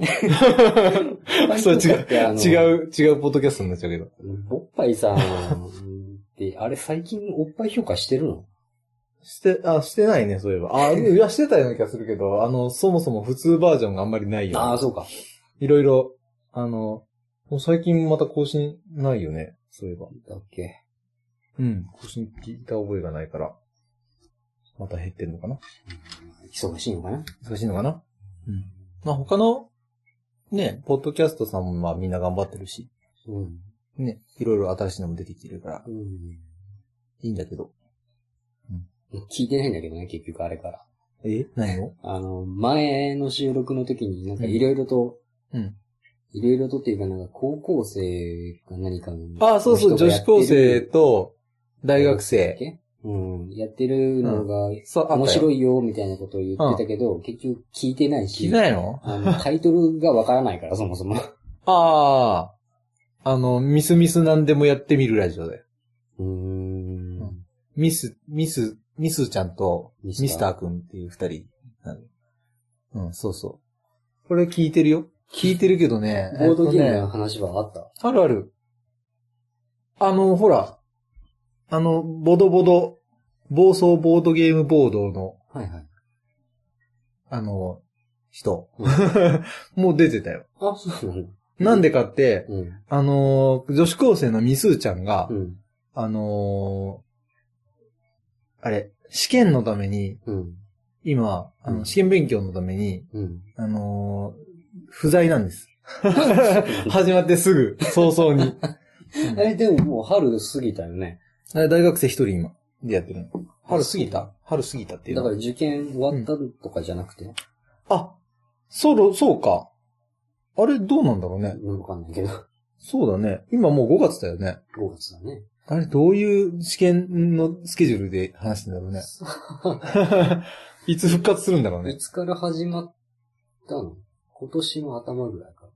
C: それ違う。
B: うう。
C: 違う、違うポッドキャストになっちゃうけど。
B: おっぱいさんって、あれ最近おっぱい評価してるの
C: して、あ、してないね、そういえば。 あ、いや、してたような気がするけど、あの、そもそも普通バージョンがあんまりないよ。
B: ああ、そうか。
C: いろいろ、あの、もう最近また更新ないよね、そういえば。
B: だっけ。
C: うん、更新聞いた覚えがないから。また減ってんのかな
B: 忙しいのかな
C: 難しいのかなうん。まあ他の、ね、ポッドキャストさんもまあみんな頑張ってるし、
B: うん。
C: ね、いろいろ新しいのも出てきてるから、いいんだけど。
B: 聞いてないんだけどね、結局あれから。
C: え何を
B: あの、前の収録の時になんかいろいろと、
C: うん。
B: いろいろとっていうかなんか高校生か何かの。
C: あ、そうそう、女子高生と大学
B: だっ
C: 生。
B: け。うん。やってるのが
C: そう、あ
B: 面
C: ったよ。
B: 白いよ、みたいなことを言ってたけど、結局聞いてない
C: 聞い
B: し、
C: てないの
B: あのタイトルがわからない から、そもそも。
C: ああ、あの、ミスミスなんでもやってみるラジオだよ。
B: うーん。
C: ミス、ミス、ミスちゃんと
B: ミ
C: ミ
B: スター
C: スターくんっていう二人なの。うん、そうそう。これ聞いてるよ。聞いてるけどね。
B: ボードゲー
C: え
B: ム
C: っと
B: の
C: ね。
B: 話はあった、
C: あるある。あの、ほら。あの、ボドボド、暴走ボードゲームボードの、
B: はいはい。
C: あの、人
B: う。
C: もう出てたよ。
B: あ、そうなんだ。
C: なんでかって、
B: うん。
C: あの、女子高生のミスーちゃんが
B: う、ん。
C: あのーあれ、試験のために、
B: うん。
C: 今、あ
B: うん
C: の、試験勉強のために、
B: うん。
C: あのー不在なん です。始まってすぐ、早々に。うん
B: え、でももう春過ぎたよね。
C: あれ大学生一人今、でやってるの。春過ぎた春過ぎたっていう
B: だ
C: の
B: から受験終わったとかじゃなくて、
C: あ、そうろ、そうか。あれ、どうなんだろうね。
B: わかんないけど、
C: そうだね。今もう5月だよね。
B: 5月だね。
C: あれ、どういう試験のスケジュールで話してんだろうね。 いつ復活するんだろうね
B: い。つから始まったの今年の頭ぐらいか。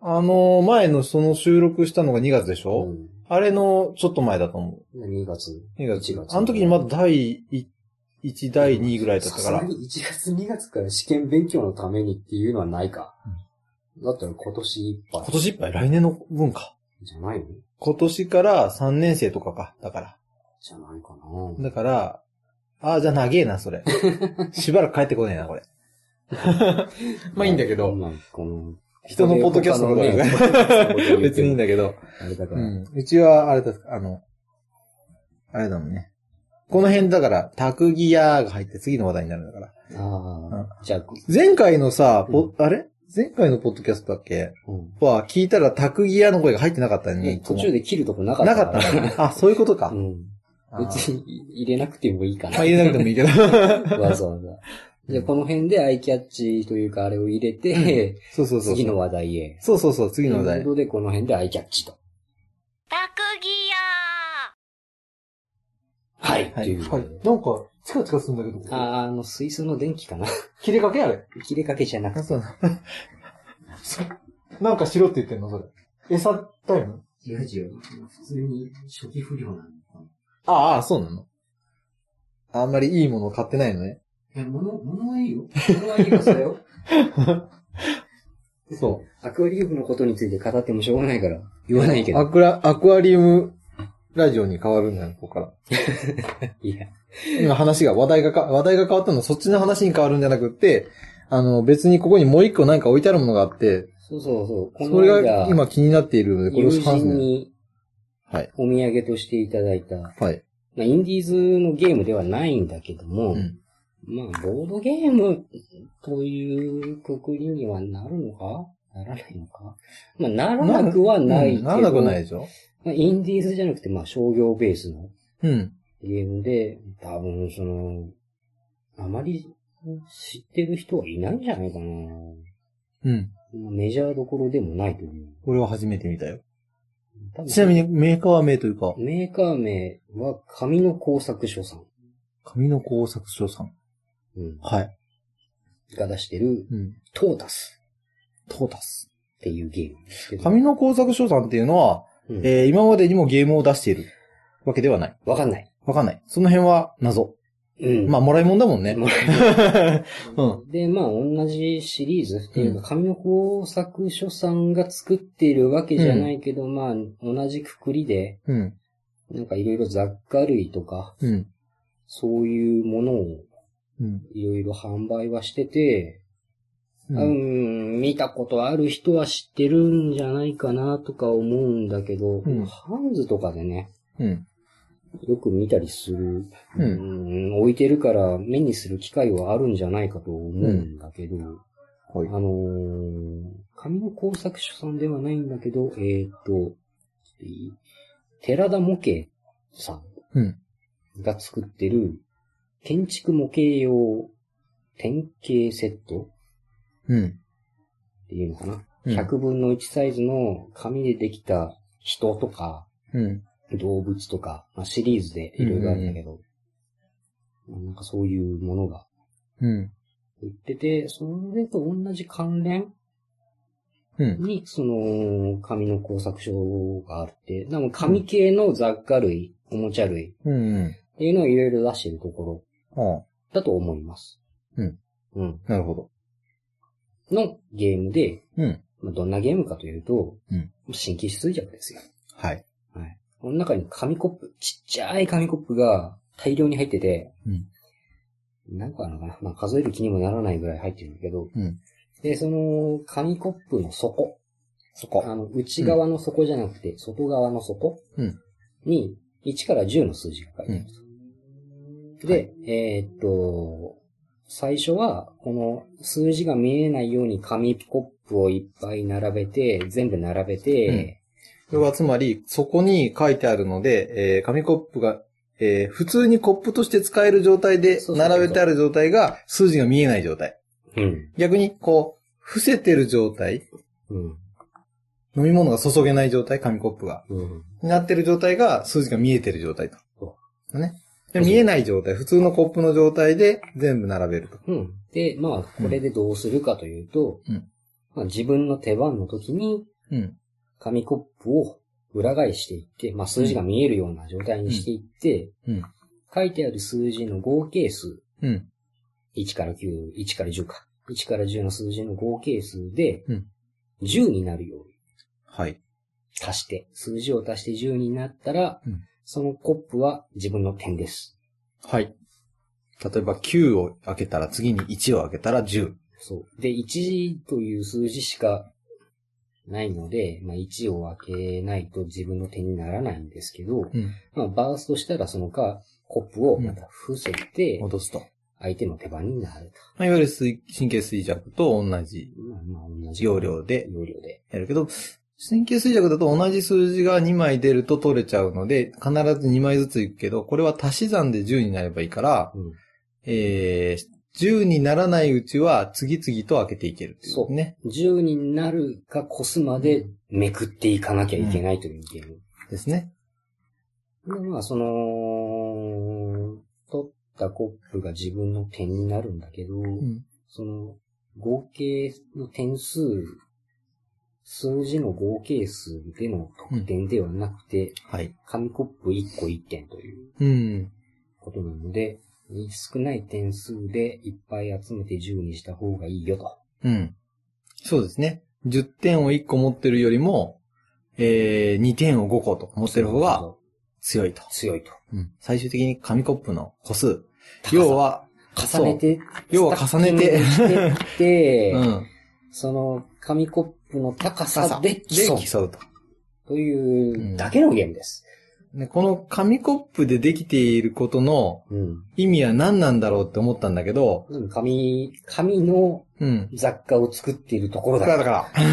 C: あのー、前のその収録したのが2月でしょ、
B: うん。
C: あれのちょっと前だと思
B: 2月。
C: う。2月。
B: 1月
C: あの時にまだ第1、第2ぐらいだっ
B: さ
C: たか
B: す
C: ら
B: が。に1月2月から試験勉強のためにっていうのはないか。だったら今年いっぱい
C: 今年いっぱい来年の分か。
B: じゃないの
C: 今年から3年生とかか。だから。
B: じゃないかな。
C: だから、ああ、じゃあ長えな、そ れ。しばらく帰ってこねえな、これ。まあいいんだけど、
B: まあこの
C: 人のポッドキャストとか
B: ね
C: ね別にいいんだけど。
B: あれだか
C: う
B: ら。
C: ん。うちは、あれだ、あの、あれだもんね。この辺だから、タクギアが入って次の話題になるんだから。
B: ああ、じゃあ、
C: 前回のさ、ポあれ前回のポッドキャストだっけ
B: うん
C: は、聞いたらタクギアの声が入ってなかったの
B: ね
C: に。
B: 途中で切るとこなかった
C: なかったんだね。あ、そういうことか
B: う。ん。
C: あー
B: 別に入れなくてもいいかな。
C: まあ入れなくてもいいけど。
B: わざわ ざ。じゃあ、この辺でアイキャッチというか、あれを入れて、
C: そうそうそう。
B: 次の話題へ。
C: そうそうそう、次の話
B: という
C: 題
B: こ。とで、この辺でアイキャッチと。
D: タクギア
B: はい。
C: は
B: とい
C: い。
B: う
C: は
B: こ
C: い
B: とで。
C: なんか、チカチカするんだけど。
B: あーあの、水素の電気かな。
C: 切れかけあれ。
B: 切れかけじゃなく
C: あ
B: て。
C: そうなの そうなんかしろって言ってんのそれ。餌タイム
B: 違う違う。普通に初期不良なのかな。
C: ああ、そうなの。あんまりいいものを買ってないのね。
B: いや、物、物はいい よ。物はいいよ、それよ。
C: そ
B: アクアリウムのことについて語ってもしょうがないから、言わないけ
C: う。ア
B: ど。
C: クラ、アクアリウムラジオに変わるんじゃないここから。
B: いや。
C: 今話が、話題がか、話題が変わったのはそっちの話に変わるんじゃなくって、あの、別にここにもう一個なんか置いてあるものがあって、
B: そうそうそう。こ
C: それが今気になっているので、これ
B: 友
C: を話
B: 人
C: すね。
B: に
C: はい。
B: お土産としていただいた、
C: はい。
B: まあ、インディーズのゲームではないんだけども、
C: うん
B: まあ、ボードゲームというくくりにはなるのかならないのかまあ、ならなくはないけ
C: うん
B: ど、
C: なんなくないでしょ
B: まあ、インディーズじゃなくて、まあ、商業ベースの
C: うん。
B: ゲームで、多分、その、あまり知ってる人はいないんじゃないかな。
C: うん。
B: まあメジャーどころでもないと思う。
C: これは初めて見たよ。
B: 多分
C: ちなみにメーカーは名というか、
B: メーカー名は紙の工作所さん。
C: 紙の工作所さん。
B: うん。
C: はい。
B: が出してる、
C: うん。
B: トータス
C: トータス。
B: っていうゲームですけど。
C: 紙の工作所さんっていうのは、
B: うん
C: えー今までにもゲームを出している。わけではない。
B: わかんない。
C: わかんない。その辺は謎。
B: うん。
C: まあ、もらいもんだもんね。
B: もらえ
C: うん。
B: で、まあ、同じシリーズっていうか、紙の工作所さんが作っているわけじゃないけど、まあ、同じくくりで、
C: うん。
B: なんかいろいろ雑貨類とか、
C: うん。
B: そういうものを
C: うん。
B: いろいろ販売はしてて、
C: うん
B: う。ん、見たことある人は知ってるんじゃないかなとか思うんだけど、
C: うん
B: ハンズとかでね、
C: うん。
B: よく見たりする、
C: うん
B: うん置いてるから目にする機会はあるんじゃないかと思うんだけど、
C: はい。
B: あのー、紙の工作所さんではないんだけど、えーっと、寺田模型さ
C: うん。
B: んが作ってる建築模型用典型セット
C: うん。
B: っていうのかな、
C: うん
B: ?100 分の1サイズの紙でできた人とか
C: うん。
B: 動物とか、まあ、シリーズでいろいろあるんだけど、まあなんかそういうものが
C: うん。
B: 売ってて、それと同じ関連
C: うん。
B: に、その、紙の工作所があって、でも紙系の雑貨類、おもちゃ類っ
C: うん。うん。
B: ていうのをいろいろ出してるところ
C: あ
B: だと思います。
C: うん。
B: うん。
C: あ、なるほど。
B: のゲームで、
C: うん。
B: まあ、どんなゲームかというと、
C: うん
B: 神経衰弱ですよ。
C: はい。
B: はい。この中に紙コップ、ちっちゃい紙コップが大量に入ってて、
C: うん
B: なんかあるのかな、まあ、数える気にもならないぐらい入ってるんだけど、
C: うん
B: で、その、紙コップの底、
C: そ
B: あ。の、内側の底じゃなくて、外側の底
C: うん
B: に、1から10の数字が書いてあると。で、えーっと、最初は、この数字が見えないように紙コップをいっぱい並べて、全部並べて、
C: それはつまり、そこに書いてあるので、えー紙コップが、えー普通にコップとして使える状態で
B: そうそうそう
C: 並べてある状態が数字が見えない状態。
B: うん。
C: 逆に、こう、伏せてる状態、
B: うん。
C: 飲み物が注げない状態、紙コップが。
B: うん。
C: なってる状態が数字が見えてる状態と
B: そ。
C: ね。で見えない状態、普通のコップの状態で全部並べると。
B: うん。で、まあ、これでどうするかというと、
C: うん
B: まあ、自分の手番の時に、
C: うん。
B: 紙コップを裏返していって、まあ、数字が見えるような状態にしていって、
C: うん。
B: 書いてある数字の合計数、
C: うん。
B: 1から9、1から10か。1から10の数字の合計数で
C: うん、
B: 10になるように
C: はい。
B: 足して、数字を足して10になったら
C: うん、
B: そのコップは自分の点です。
C: はい。例えば9を開けたら次に1を開けたら10。
B: そう。で、1という数字しかないので、まあ、1を開けないと自分の点にならないんですけど、
C: うん。
B: まあ、バーストしたらそのか、コップをまた伏せて、
C: 戻すと。
B: 相手の手番になる
C: まあいわゆる水神経衰弱と同じ
B: と。まあ、まあ、同じ。
C: 要領で
B: 要領で。
C: やるけど、神経衰弱だと同じ数字が2枚出ると取れちゃうので、必ず2枚ずついくけど、これは足し算で10になればいいから、
B: うん
C: えー、10にならないうちは次々と開けていけるってい
B: そう
C: うね。
B: 10になるか越すまでめくっていかなきゃいけないというゲーム。
C: ですね。
B: で、まあ、その、取ったコップが自分の点になるんだけど、
C: ん
B: その、合計の点数、数字の合計数での得点ではなくて、
C: はい。
B: 紙コップ1個1点という
C: うん。
B: ことなので、少ない点数でいっぱい集めて10にした方がいいよと。
C: うん。そうですね。10点を1個持ってるよりも、えー、2点を5個と持ってる方が強いと。
B: 強いと。
C: うん。最終的に紙コップの個数。
B: 高さ
C: 要は、
B: 重ねて、
C: 要は重ねて
B: スタッキングしてって、
C: うん。
B: その、紙コップの高さで
C: で
B: 競う
C: 競うと。
B: というだけのゲームです。
C: ね、この紙コップでできていることの
B: うん。
C: 意味は何なんだろうって思ったんだけど、
B: でも紙、紙の
C: うん。
B: 雑貨を作っているところ
C: だ
B: だ
C: からだ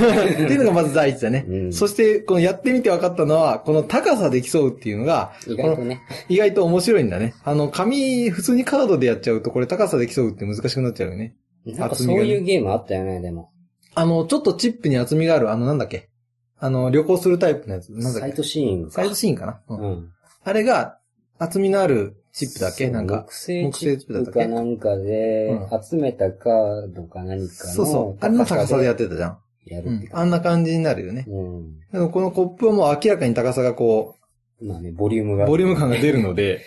C: から。っていうのがまず第一だね。
B: うん
C: そして、このやってみて分かったのは、この高さで競うっていうのが、
B: 意外とね。
C: 意外と面白いんだね。あの、紙、普通にカードでやっちゃうと、これ高さで競うって難しくなっちゃうよね。
B: なんかそういうゲームあったよね、でも。
C: あの、ちょっとチップに厚みがある、あの、なんだっけあの、旅行するタイプのやつ。なんだ
B: サ
C: っ
B: イ
C: け
B: トシーンか。
C: サイドシーンかな、うん
B: うん。
C: あれが、厚みのあるチップだっけ
B: そう
C: なんか。
B: 木製チップかなんかで
C: 木製チップだったっ、
B: 集めたカードか何かの。
C: そうそう。あれの高さでや
B: や
C: ってたじゃん。
B: る
C: う
B: って
C: ん。
B: 感
C: あんな感じになるよね
B: じ。。うん。
C: でもこのコップはもう明らかに高さがこう、
B: まあね、ボリュームが。
C: ボリューム感が出るので、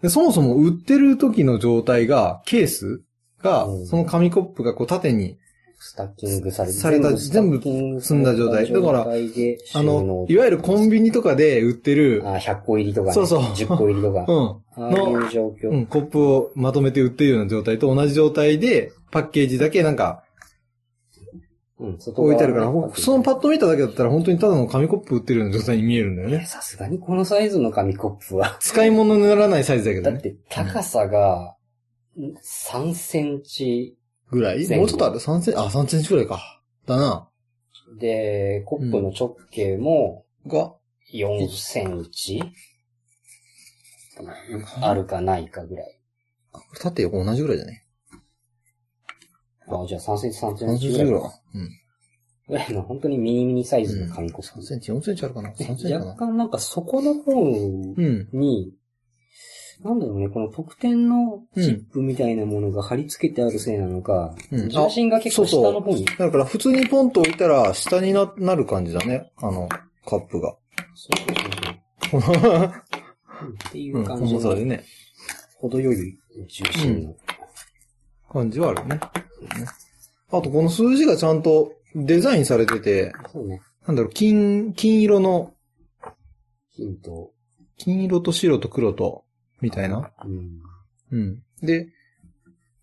C: でそもそも売ってる時の状態が、ケースが
B: う、ん
C: その紙コップがこう縦に、
B: スタッキングされて
C: された
B: スタッキング
C: 積んだ状態
B: された状態で
C: あ
B: 収納
C: の、いわゆるコンビニとかで売ってる、
B: あ100個入りとか、ね、
C: そうそう
B: 10個入りとか
C: う、ん、
B: ああいう状況。
C: うん、コップをまとめて売ってるような状態と同じ状態で、パッケージだけなんか
B: うん、外側
C: 置いてあるから、
B: の
C: ほんそのパッと見ただけだったら本当にただの紙コップ売ってるような状態に見えるんだよ
B: いや
C: ね。
B: さすがにこのサイズの紙コップは。
C: 使い物にならないサイズだけ
B: だ
C: ど
B: っ
C: ね。
B: て高さがん3センチ
C: ぐらい
B: 前後
C: もうちょっとある ?3 センチあ、3センチぐらいか。だな。
B: で、コップの直径も
C: が、
B: 4センチあるかないかぐらい。
C: 縦横同じぐらいじゃね
B: あじゃあ3センチ3セン
C: ?3 セ
B: チ
C: ン
B: ぐ
C: チ
B: らい
C: ぐらい
B: ぐ
C: か。うん。
B: らいの本当にミニミニサイズの紙コッ
C: 3
B: プ。
C: センチ、4センチあるかな ?3 センチか
B: 若
C: な
B: 干なんかそこの方
C: うん。
B: に、なんだろうね、この特典のチップみたいなものが貼り付けてあるせいなのか、
C: うん
B: 重心が結構下の方に。
C: だから普通にポンと置いたら下にななる感じだね。あの、カッ プが。、
B: そうそうそうそうっていううん感じ
C: 重さで
B: の、
C: ね。
B: 程よい重心の。
C: 感じはあるね。あと、この数字がちゃんとデザインされてて、
B: そうね。
C: なんだろう、金、金色の、
B: ヒント。
C: 金色と白と黒と、みたいな。
B: うん。
C: うん。で、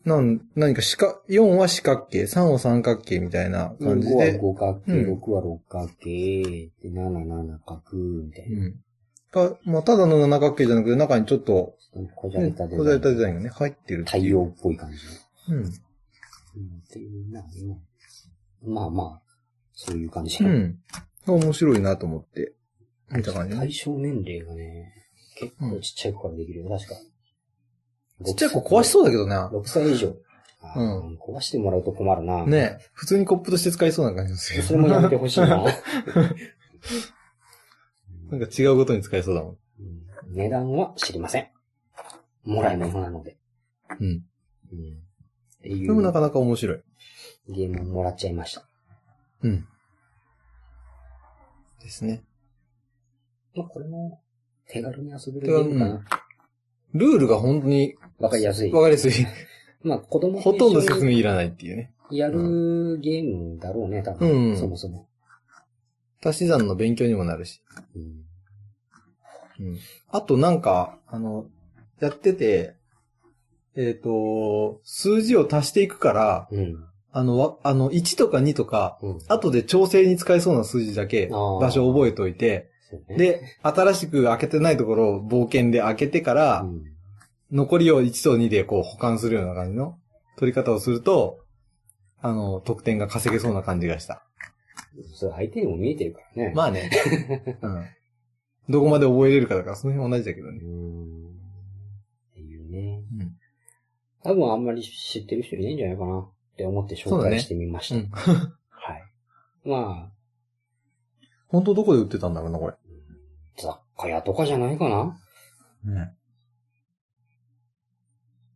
C: なん、何か四角、4は四角形、3は三角形みたいな感じ
B: 5は
C: で、
B: 五角形、
C: うん
B: 6は六角形、で7、7角、みたいうな。
C: ん。が、まあ、ただの七角形じゃなくて、中にちょっと、
B: こじゃ
C: ね
B: れ
C: こ
B: た
C: じ
B: で。
C: ゃれたデザインがね、入ってるって
B: 太
C: いう。
B: 陽っぽい感じ。
C: うん。
B: うん、っていうな、ね。まあまあ、そういう感じ。
C: うん。面白いなと思って、見た感じね。
B: 対象年齢がね、結構ちっちゃい子からできるよ、確か。
C: ちっちゃい子壊しそうだけどな。
B: 6歳以上。あー
C: う
B: 壊してもらうと困るな。
C: ねえ普通にコップとして使えそうな感じですよ。
B: それもやめてほしい な。
C: なんか違うことに使えそうだもん。
B: うん値段は知りません。もらい物なので。
C: うん。
B: うん。ってい
C: で
B: う
C: もなかなか面白い。
B: ゲームをもらっちゃいました。
C: うん。ですね。
B: まあ、これも手軽に遊べるゲームか
C: う
B: な。
C: ルールが本当に
B: わかりやすい。
C: わかりやすい。
B: まあ、子供
C: ほとんど
B: 一緒に
C: 説明いらないっていうね。
B: やるゲームだろうね、多分。
C: うん
B: そもそも。
C: 足し算の勉強にもなるし。
B: うん
C: うん。あとなんか、あの、やってて、えっ、と、数字を足していくから、
B: うん。
C: あの、わあの、1とか2とか、
B: うん。
C: 後で調整に使えそうな数字だけ、
B: あー
C: 場所を覚えておいて、
B: そうね、
C: で、新しく開けてないところを冒険で開けてから、
B: うん
C: 残りを1と2でこう保管するような感じの取り方をすると、あの、得点が稼げそうな感じがした。
B: それ相手にも見えてるからね。
C: まあ ね。うん。どこまで覚えれるかだから、その辺同じだけど
B: う
C: ね。
B: ん。っていうね。
C: うん
B: 多分あんまり知ってる人いないんじゃないかなって思って
C: そ
B: 紹
C: うだね
B: 介してみまし
C: う
B: た。
C: ん。
B: はい。ま
C: 本当どこで売ってたんだろうな、これ。
B: あ、雑貨屋とかじゃないかな
C: ね。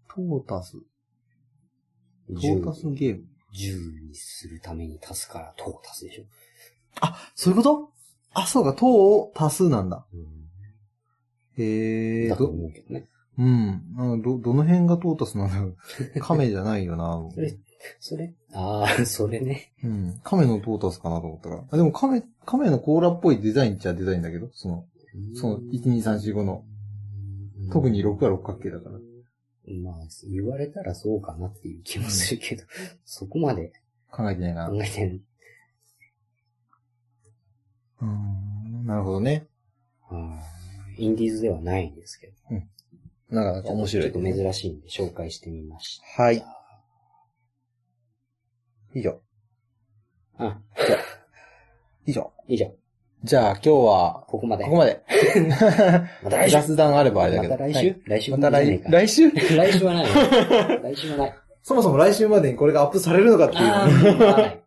C: トータス、ト
B: 10
C: ータスゲーム。
B: 10にするために足すからトータスでしょ。
C: そういうことあ、そうか、トーを足すなんだ。
B: うん、
C: へえ
B: だ
C: ー、
B: と
C: ど、
B: 思うけどね。
C: うん。なんかど、どの辺がトータスなんだ ろう。亀じゃないよな。
B: それ、それああ、 それね。
C: うん。亀のトータスかなと思ったから。あ、でも亀、亀の甲羅っぽいデザインっちゃデザインだけど、その、その、1、2、3、4、5の。
B: うん
C: 特に6は六角形だから。
B: まあ、言われたらそうかなっていう気もするけど、そこまで
C: 考えてないな。
B: 考えてん。
C: うん。なるほどね。
B: うんインディーズではないんですけど。
C: なかなか面白い
B: ちょっ。と珍しいんで紹介してみまし
C: はい。以上。
B: た。あ、
C: 以上。
B: 以上。
C: じゃあ今日は、
B: ここまで。
C: ここま で。
B: また来週
C: 雑談あればあれだ
B: ま
C: けど。
B: た来
C: は
B: 週、
C: い
B: 来週
C: また
B: じゃない
C: 来
B: か、
C: 来週
B: 来週はないね。来週はない。
C: そもそも来週までにこれがアップされるのかって
B: ああ
C: いう、、
B: まだない。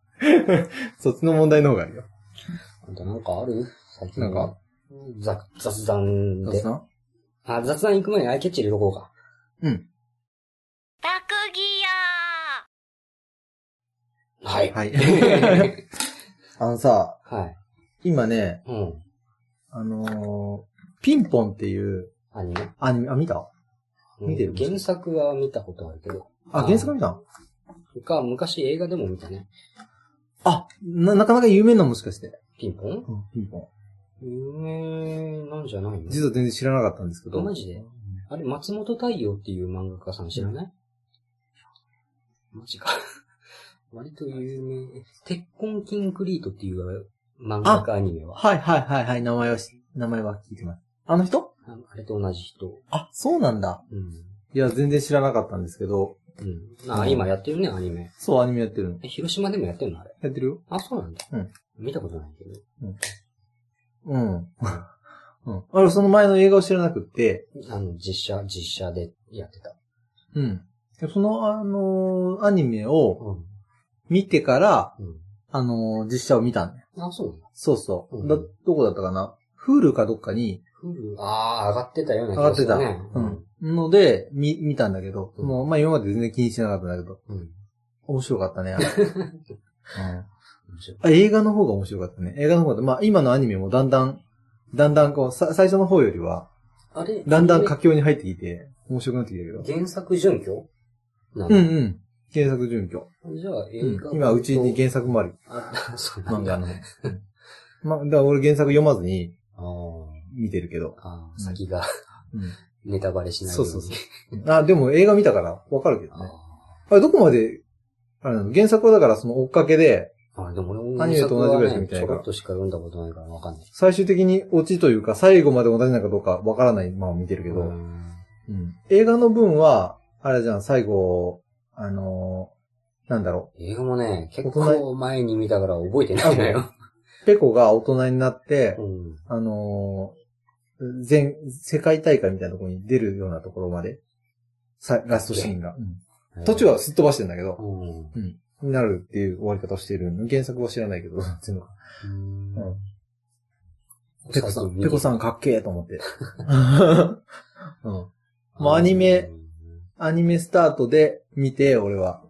C: そっちの問題の方があるよ。
B: あんたなんかある最近。
C: なんか
B: 雑雑談で。
C: 談
B: あ、雑談行く前にアイキャッチ入れとこうか。
C: うん。
D: 特技や
B: はい。
C: はい。
B: はい。
E: あのさ、
B: はい。
E: 今ね、
B: うん。
E: あのー、
C: ピンポンっていう
B: アニメ。
C: アニメ、あ、見た見てる
B: 原作は見たことあるけど。
C: あ、原作見た
B: か、昔映画でも見たね。
C: あ、な、なかなか有名なもしかして。
B: ピンポン
C: うん、ピンポン。
B: 有名なんじゃないの
C: 実は全然知らなかったんですけど。
B: マジであれ、松本太陽っていう漫画家さん知らない、マジか。 割と有名。鉄痕キンクリートっていう漫画家アニメは。
C: はいはいはいはい、名前はし、名前は聞いてます。あの人
B: ああれと同じ人。
C: あ、そうなんだ。
B: うん。
C: いや、全然知らなかったんですけど、
B: うん。あ、今やってるね、アニメ。
C: そう、アニメやってるの。
B: え、広島でもやってるのあれ。
C: やってるよ
B: あ、そうなんだ。
C: うん。
B: 見たことないけど。
C: うん。うん。あれ、その前の映画を知らなくって、
B: あの、実写、実写でやってた。
C: うん。でその、あのーアニメを
B: うん。
C: 見てから、
B: う
C: あのー実写を見たんだよ。
B: ん。あ、そうなんだ。
C: そうそう。
B: うん
C: だ、どこだったかな ?Hulu かどっかに、
B: フル、ああ、上がってたような
C: 上
B: 気
C: が
B: が
C: っ
B: す
C: てた。
B: るね。
C: うん。ので、見、見たんだけど、
B: うん
C: もう、まあ今まで全然気にしなかったんだけど、
B: うん。うん。
C: 面白かった ね、あれ。うん
B: 面白い
C: あ映画の方が面白かったね。映画の方が、まあ今のアニメもだんだん、だんだんこう、さ最初の方よりは、
B: あれ
C: だんだん佳境に入ってきて、面白くなってきたけど。
B: 原作準拠な
C: うん
B: の、
C: うん。原作準拠。
B: じゃあ
C: う
B: 映
C: ん
B: 画、
C: 今、うちに原作もある。
B: あ、そうな
C: 漫
B: ん
C: 画
B: だ。
C: の。うんまあ、だから俺原作読まずに
B: あー
C: 見てるけど。
B: あー、先が
C: う
B: ネタバレしないように。
C: そうそうん。あ、でも映画見たからわかるけど
B: あ
C: ね。あれ、どこまで、あれなの原作はだからその追っかけで、
B: ーあー、でも俺も、
C: アニメと同じぐらいしか見てない
B: ち
C: か
B: ょ
C: ら
B: ろっとしか読んだことないからわかんない
C: 最終的にオチというか、最後まで同じなのかどうかわからないまま見てるけ
B: け
C: ど、
B: ど。
C: うん映画の分は、あれじゃん、最後、あのーなんだろ
B: 映画もね、結
C: 大
B: 構前に見たから覚えてないのよ。
C: う、ペコが大人になって、
B: うん。
C: あのー全、世界大会みたいなところに出るようなところまで、さラストシーンが。うん途中はすっ飛ばしてんだけ
B: う
C: ど、
B: ん。う
C: になるっていう終わり方をしてる。原作は知らないけど、っていうの
B: ん。
C: うんペコさん、
B: 見て
C: ペコさんかっけえと思 って。うん、もうアニメ。アニメスタートで見て、俺は。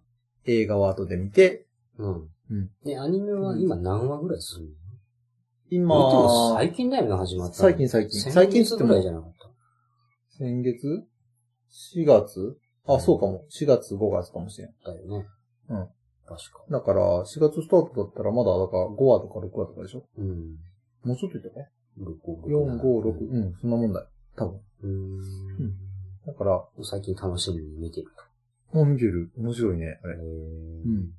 C: 映画は後で見て、
B: うん。
C: うん
B: で、アニメは今何話ぐらいするの
C: 今、
B: 見ても最近だよね、始まったの。
C: 最近最近最
B: 最
C: 近
B: 近
C: っつって
B: ぐ
C: も
B: らいじゃなかった。
C: 先月 ?4 月あ、そうかも。4月、5月かもしれん。
B: だよね。
C: うん。
B: 確か。
C: だから、4月スタートだったらまだ、だから5話とか6話とかでしょ
B: うん。
C: もうちょっと言ってね。
B: 6、
C: 4、5、6。うん、そんなもんだよ。多分。
B: うーん。
C: だから、
B: 最近楽しみに見てる。
C: モンビュル、面白いね、あ
B: へ
C: れ。う
B: ー
C: ん。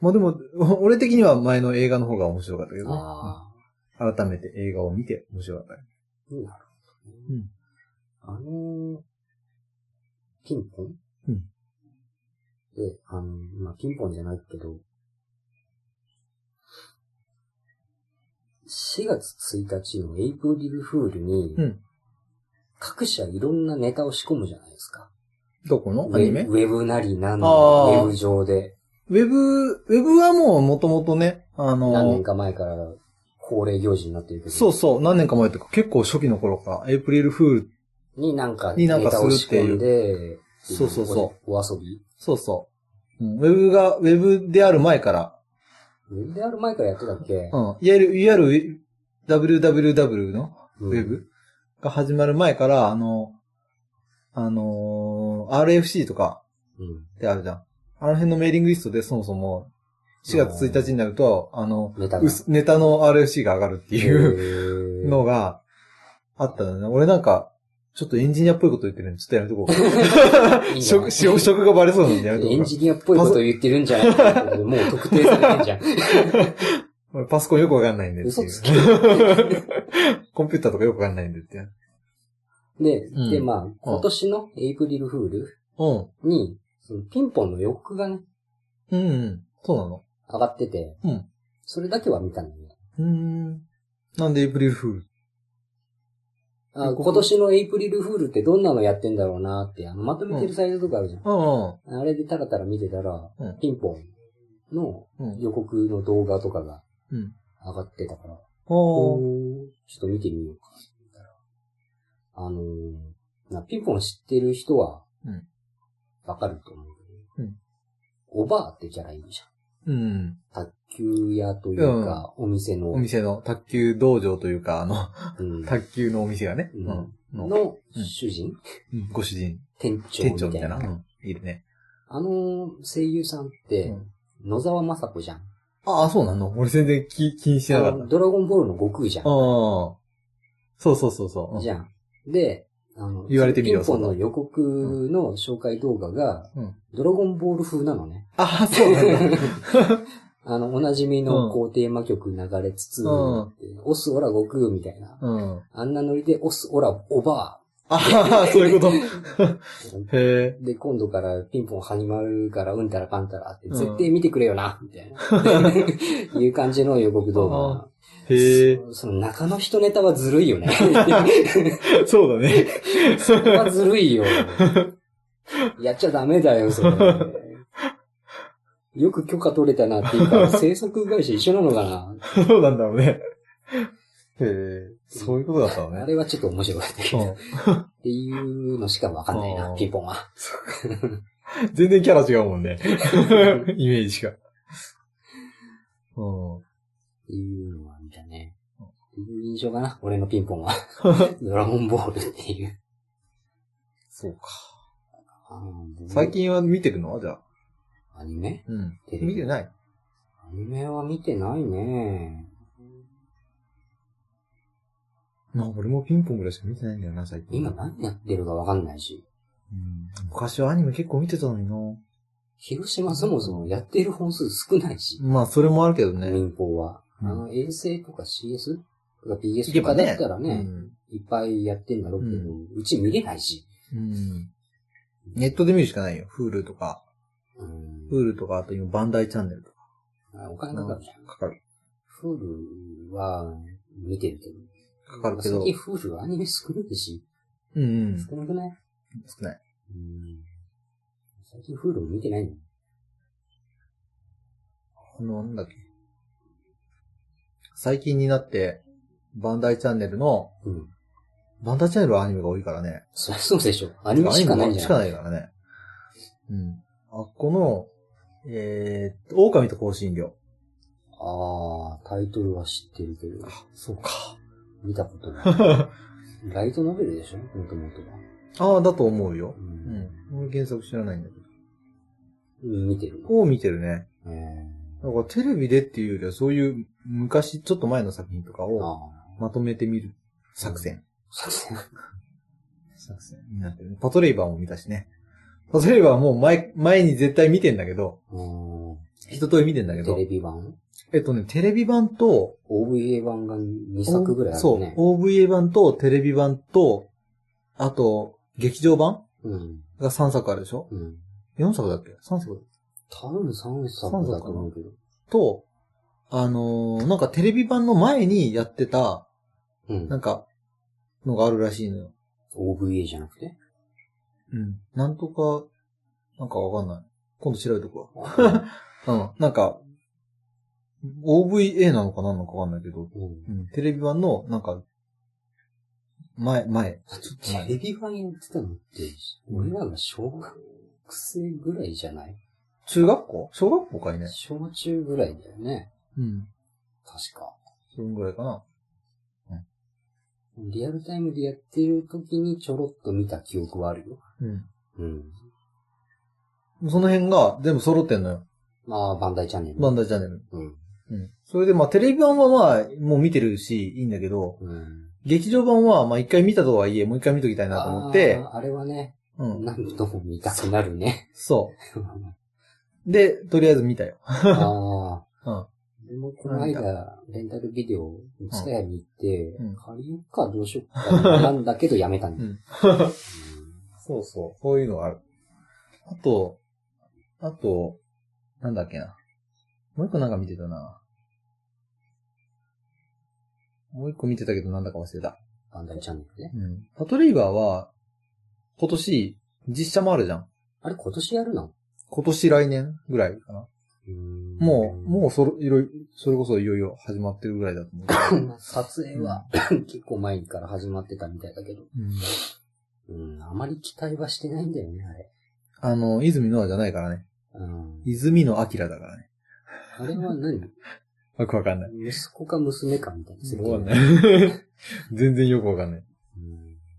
C: まあでも、 お俺的には前の映画の方が面白かったけどね。
B: あ
C: うん改めて映画を見て面白かったね。
B: あ、なるほどね。あのー、ピンポン
C: うん
B: で、あの、まあ、ピンポンじゃないけど、4月1日のエイプリルフールに、
C: うん
B: 各社いろんなネタを仕込むじゃないですか。
C: どこの
B: ウ
C: アニメ
B: ェ
C: ウ
B: ウェブなりなんな
C: あ
B: り、
C: ー
B: ウェブ上で。
C: ェブ、ウェブはもうもともとね、あ
B: 何年
C: の、
B: か前から恒例行事になってるけど。
C: そうそう、何年か前とか、結構初期の頃か、エイプリルフール
B: になんか、
C: に
B: ネ
C: なんか
B: タを
C: す
B: 仕
C: るっていう
B: 込んで、。
C: そうそうそう
B: お遊び
C: そうそう。うんウェブが、ウェブである前から、
B: ウェブである前からやってたっけ
C: うん、いわゆる、いわゆる www の
B: ウ
C: ウェブが始まる前から、あの、あのー RFC とか
B: うん。
C: ってあるじゃん。あの辺のメーリングリストでそもそも4月1日になると、あの、
B: ネタ
C: うすネタの RFC が上がるっていう
B: う
C: のがあったのね。俺なんか、ちょっとエンジニアっぽいこと言ってるんで、ちょっとやめとこ
B: いいな
C: う。 職、職職がバレそうなんでやめとこ
B: エ
C: う
B: ン
C: か
B: ジニアっぽいこと言ってるん じゃないかってことでもう特定されてんじゃん。
C: 俺パソコンよくわかんないんでって
B: 嘘
C: いう
B: つき。
C: コンピューターとかよくわかんないんでって。
B: で、
C: うん
B: で、まあ、今年のエイプリルフール
C: うん。
B: に、そのピンポンの洋服がね、
C: うん、うん。そうなの。
B: 上がってて、
C: うん
B: それだけは見たんだよね。
C: うーん。なんでエイプリルフール
B: あ
C: 予告
B: 今年のエイプリルフールってどんなのやってんだろうなって、あのまとめてるサイトとかあるじゃん。
C: うん
B: あれでタラタラ見てたら、
C: うん
B: ピンポンの
C: うん。うん。
B: 予告の動画とかが
C: うん。
B: 上がってたから、
C: お
B: お
C: ー。
B: ーちょっと見てみようか。あのーなピンポン知ってる人は
C: うん、
B: わかると思うけど、
C: うん
B: おばあってキャラいるじ
C: うん。
B: 卓球屋というか、お店の、
C: お店の卓球道場というか、あの、
B: うん
C: 卓球のお店がね、
B: う
C: うんん。の、
B: の主人、
C: うんご主人、
B: 店長
C: 店長み
B: み
C: た
B: た
C: い
B: い
C: な。
B: な。
C: うんいるね。
B: あの声優さんって
C: う、
B: 野沢雅子じゃん。
C: ああ、そうなの俺全然気気にしてなか
B: あ
C: った。
B: のドラゴンボールの悟空じゃん。
C: ああ。そうそうそうそう。
B: じゃん。で、あの、
C: 言われてみれば
B: ピンポン
C: そ
B: の
C: うだ
B: 予告の紹介動画が
C: うん、
B: ドラゴンボール風なのね。
C: ああ、そうなんだ。
B: あの、おなじみの
C: うん
B: こうテーマ曲流れつつ、
C: うん
B: オスオラ悟空みたいな。
C: うん。
B: あんなノリでオスオラオバ
C: ああ、そういうこと。
B: ー。
C: へえ。
B: で、今度からピンポン始まるから、うんたらかんたらって、絶対見てくれよな、みたいな。 いう感じの予告動画。
C: へえ。
B: そその中の人ネタはずるい よね。
C: そうだね。
B: それはずるい よ。やっちゃダメだよ、それ。よく許可取れたなっていうか、 制作会社一緒なのかな。
C: そうなんだろうね。へえ。そういうことだったの
B: あ
C: ね。
B: れはちょっと面白かったけど。
C: う
B: っ
C: ん
B: ていうのしかわかんないな
C: う、ん
B: ピンポンは。
C: 全然キャラ違うもん ね。イメージが。うん。
B: っていうのは見たね。っていう印象かな、俺のピンポンは。 ドラゴンボールっていう。
C: そうか。
B: あの
C: 最近は見てるのじゃあ。
B: アニメ
C: うん。
B: テレビ
C: 見てない。
B: アニメは見てないね。
C: まあ、俺もピンポンぐらいしか見てないんだよな、最近。
B: 今何やってるかわかんないし。
C: うん。昔はアニメ結構見てたのにな。
B: 広島そもそもやっている本数少ないし。
C: まあ、それもあるけどね。
B: 民放は。
C: う
B: あ
C: ん
B: の、衛星とか CS とか BS とかだったらね、いっぱいやってんだろうけど、うち見れないし。
C: うん。うん。ネットで見るしかないよ。Hulu とか。
B: うん。
C: Hulu とか、あと今、バンダイチャンネルとか。
B: あお金かかるじゃん。
C: かかる。
B: フールは見てるけど。
C: かかるけ
B: 最
C: ど。
B: 近フールアニメ少ないし。
C: うんうん。
B: 少なくない
C: 少ない。
B: うん。最近フール見てないの
C: あの、なんだっけ。最近になって、バンダイチャンネルの、
B: うん。
C: バンダイチャンネルはアニメが多いからね。
B: そりゃそうでしょ。アニメしかないんじ
C: し
B: ゃ
C: か
B: ない
C: ないからね。うん。あっこの、えー、狼と香辛料。
B: あー、タイトルは知ってるけど、
C: そうか。
B: 見たことない。ライトノベルでしょもともとは。
C: ああ、だと思うよ
B: う。。
C: うんん。俺原作知らないんだけど。
B: うん、見てる。
C: こう見てるね。
B: えー
C: だからテレビでっていうよりはそういう昔、ちょっと前の作品とかを
B: あ
C: まとめてみる作戦。
B: あ。
C: 作戦になってるね。パトレイバーも見たしね。パトレイバーはもう前、前に絶対見てんだけど、
B: うん。
C: 一通り見てんだけ
B: テ
C: ど
B: レ、ビ版
C: えっとね、テレビ版と、
B: ?OVA 版が2作ぐらいあ
C: そ
B: る
C: う
B: ね。、
C: OVA 版とテレビ版と、あと、劇場版
B: う。うん。
C: が3作あるでしょ
B: うん。
C: ?4 作だっけ ?3 作
B: 多分3作だと思うけど。
C: と、あのーなんかテレビ版の前にやってた、
B: うん
C: な。んか、のがあるらしいのよ。
B: OVA じゃなくて。
C: うん。なんとか、なんかわかんない。今度調べとくわ。うん。なんか、OVA なのか何なのかわかんないけど、
B: うん
C: うん。テレビ版の、なんか、前、前。
B: テレビ版やってたのって、俺らが小学生ぐらいじゃない
C: 中学校小学校かいね。
B: 小中ぐらいだよね。
C: うん。
B: 確か。
C: そんぐらいかな。
B: リアルタイムでやってる時にちょろっと見た記憶はあるよ。
C: うん。
B: うん。
C: その辺が全部揃ってんのよ。
B: まあ、バンダイチャンネル。
C: バンダイチャンネル。
B: うん。
C: うん。それでまあテレビ版はまあもう見てるし、いいんだけど、
B: うん。
C: 劇場版はまあ一回見たとはいえ、もう一回見ときたいなと思って
B: あ、ーあれはね、
C: うん。
B: 何度も見たくなる ね。
C: そう。で、とりあえず見たよ。
B: ああ。
C: うん。
B: でも、この間、レンタルビデオ、ツタヤに行って
C: うん、
B: 借りようかどうしようかなんだけどやめたんだ。
C: うんそうそう。そういうのがある。あと、あと、なんだっけな。もう一個なんか見てたな。もう一個見てたけどなんだか忘れた。
B: バンダイチャンネルね。
C: うん。パトレイバーは、今年、実写もあるじゃん。
B: あれ、今年やるの
C: 今年来年ぐらいかな。もう、もうそろ、いろいろ、それこそいよいよ始まってるぐらいだと思うけど。
B: うん。撮影は結構前から始まってたみたいだけど。
C: うん
B: うん、あまり期待はしてないんだよね、あれ。
C: あの、泉のあじゃないからね。
B: うん。
C: 泉の明だからね。
B: あれは何
C: よくわかんない。
B: 息子か娘かみたいな設定。
C: わかんない。 全然よくわかんない。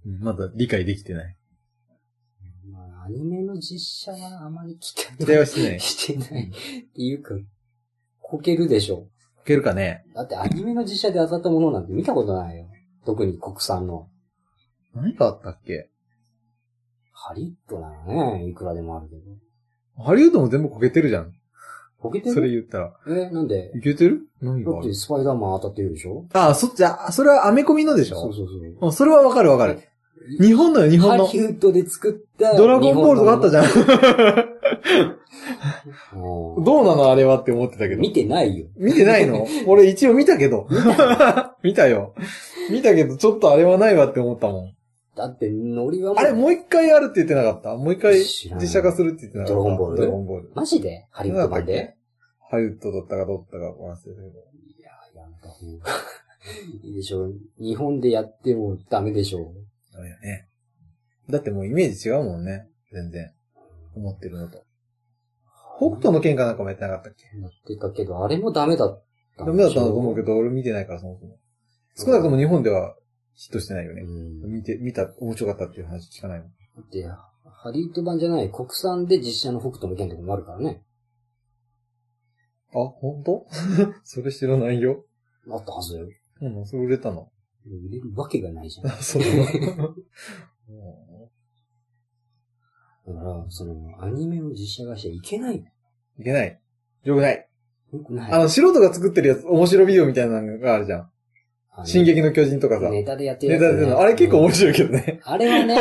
B: うん
C: うんまだ理解できてない。
B: まあ、アニメの実写はあまり期
C: 期
B: 待
C: 待はしてない。い
B: してない。っていうか、こけるでしょ。
C: けるかね
B: だってアニメの実写で当たったものなんて見たことないよ。特に国産の。
C: 何があったっけ
B: ハリウッドならね、いくらでもあるけど。
C: ハリウッドも全部こけてるじゃん。
B: こけて
C: それ
B: る
C: 言ったら。
B: え、なんで
C: いけてる何
B: だ
C: があ
B: って
C: る
B: スパイダーマン当たってるでしょ
C: あ、そっち、あ、それはアメコミのでしょ
B: そうそうそう。
C: うんそれはわかるわかる。日本のよ、日本
B: ハ
C: の。
B: リウッドで作った。
C: ドラゴンボールとかあったじ
B: ゃ
C: ゃん。
B: ん。ど
C: どうなのあれはって思ってたけど。
B: 見てないよ。
C: 見てな いの俺一応見たけど。見たよ。見たけど、ちょっとあれはないわって思ったも ん。
B: だって、ノリは
C: あれ、もう一回あるって言ってなかったもう一回
B: 知らん
C: 実写化するって言ってなかった。
B: ドラゴンボール
C: ドラゴンボール。
B: マジでハリウッド版
C: なんだっ
B: で
C: ハリウッドだったかどうだったか忘れたけど。
B: いや、やめた方がいいでしょう。日本でやってもダメでしょう。
C: ダメだね。だってもうイメージ違うもんね。全然。思ってるのと。北斗の剣かなんかもやってなかったっけ
B: やってたけど、あれもダメだった
C: ダ
B: ん
C: メ
B: で
C: だっ
B: したょ
C: と思うけ。ど、俺見てないからそもそも。少なくとも日本ではヒットしてないよ
B: う
C: ね。
B: ん。
C: 見て、見た、面白かったっていう話聞かないもん。
B: で、ハリウッド版じゃない、国産で実写の北斗の剣とかもあるからね。
C: あ、本当 それ知らないよ。
B: あったはずだよ。
C: うん、それ売れたの。
B: 売れるわけがないじゃん。
C: あ
B: だ
C: そう。 うん
B: から、その、アニメを実写化しちゃいけない。
C: いけない。よくない。
B: よくない。
C: あの、素人が作ってるやつ、面白ビデオみたいなのがあるじゃん。
B: あの
C: 進撃の巨人とかさ。
B: ネ
C: ネ
B: タでやって
C: タで
B: やつね
C: の。あれ結構面白いけ
B: うん
C: どね。
B: あれはね、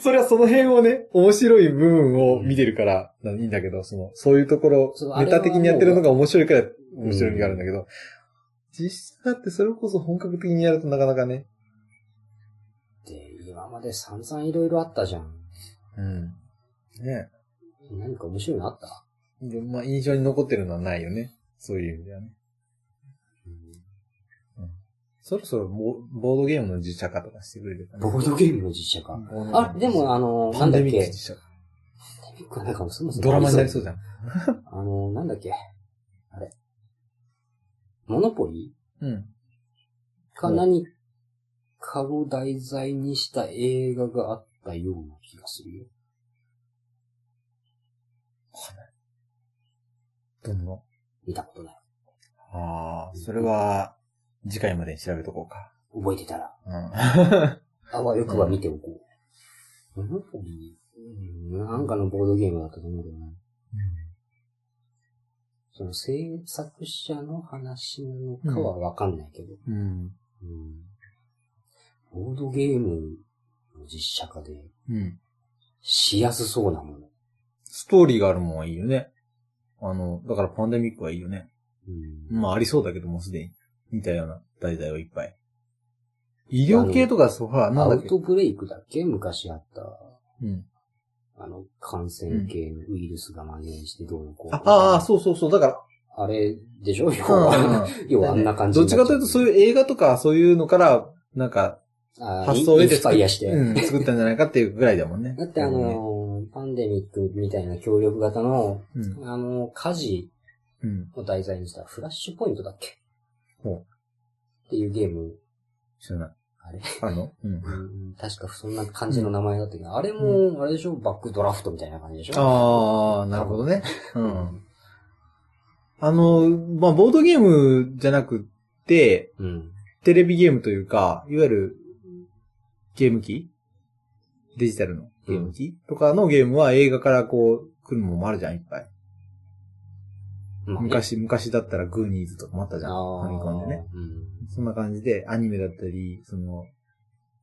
C: それはその辺をね、面白い部分を見てるから、いいんだけど、その、そういうとこ
B: そう
C: ろ、
B: あれは
C: ネタ的にやってるのが面白いから、面白みがあるんだけど、実際だってそれこそ本格的にやるとなかなかね。
B: で今まで散々いろいろあったじゃん。
C: うん。ね
B: 何か面白いのあった、
C: でまあ、印象に残ってるのはないよね。そういう意味ではね。そろそろボボードゲームの実写化とかしてくれるかな。
B: ボードゲームの実写化。
C: ボードゲームの実写
B: あ、でもあの、
C: パ
B: な
C: ン
B: んだ
C: デ
B: っ
C: ミック
B: け
C: 実写化。
B: なんかそもそも
C: ドラマになりそうじゃん。
B: あの、なんだっけあれ。モノポリ
C: うん。
B: か
C: うん
B: 何かを題材にした映画があったような気がするよ。
C: どんど
B: 見たことない。
C: ああ、それは、次回までに調べとこうか。
B: 覚えてたら、
C: うん。
B: あわよくは見ておこう。モノポリうんなんかのボードゲームだったと思うけどな。その制作者の話なのかはわかんないけど。
C: うん。
B: うんボードゲームの実写化で
C: うん。
B: しやすそうなもの。
C: ストーリーがあるもんはいいよね。あの、だからパンデミックはいいよね。
B: うん
C: まあ、ありそうだけどもうすでに。似たような題材をいっぱい。医療系とか、そう、ほら、なん
B: ア
C: だっ
B: ウ
C: け。
B: トブレイクだっけ昔あった。
C: うん。
B: あの、感染系のウイルスが蔓延してどうのこう
C: あああ、そうそうそう。だから、
B: あれでしょ要
C: うん
B: は、要はあんな感じ
C: どっちかというと、そう
B: いう
C: いう映画とか、そういうのから、なんか、
B: 発
C: 発
B: 想
C: 想を
B: を得
C: 得て
B: て。インスパイアして。
C: うん、作ったんじゃないかっていうぐらいだもんね。
B: だってあのー、パンデミックみたいな協力型の、
C: うん、
B: あのー、火事
C: うん、
B: を題材にしたフラッシュポイントだっけ
C: ほう
B: っていうゲーム、
C: 知らない。
B: あれ
C: あのうん。
B: うん確かそんな感じの名前だったけど、あれも、あれでしょバックドラフトみたいな感じでしょ
C: ああ、なるほどね。うん。あの、まあ、ボードゲームじゃなくて、
B: うん。
C: テレビゲームというか、いわゆる、ゲーム機デジタルのゲーム機、とかのゲームは映画からこう、来るもんもあるじゃん、いっぱい。
B: まあね
C: 昔、昔だったらグーニーズとかもあったじゃん。
B: あ
C: ファミコン
B: ー
C: でね。
B: うん
C: そんな感じで、アニメだったり、その、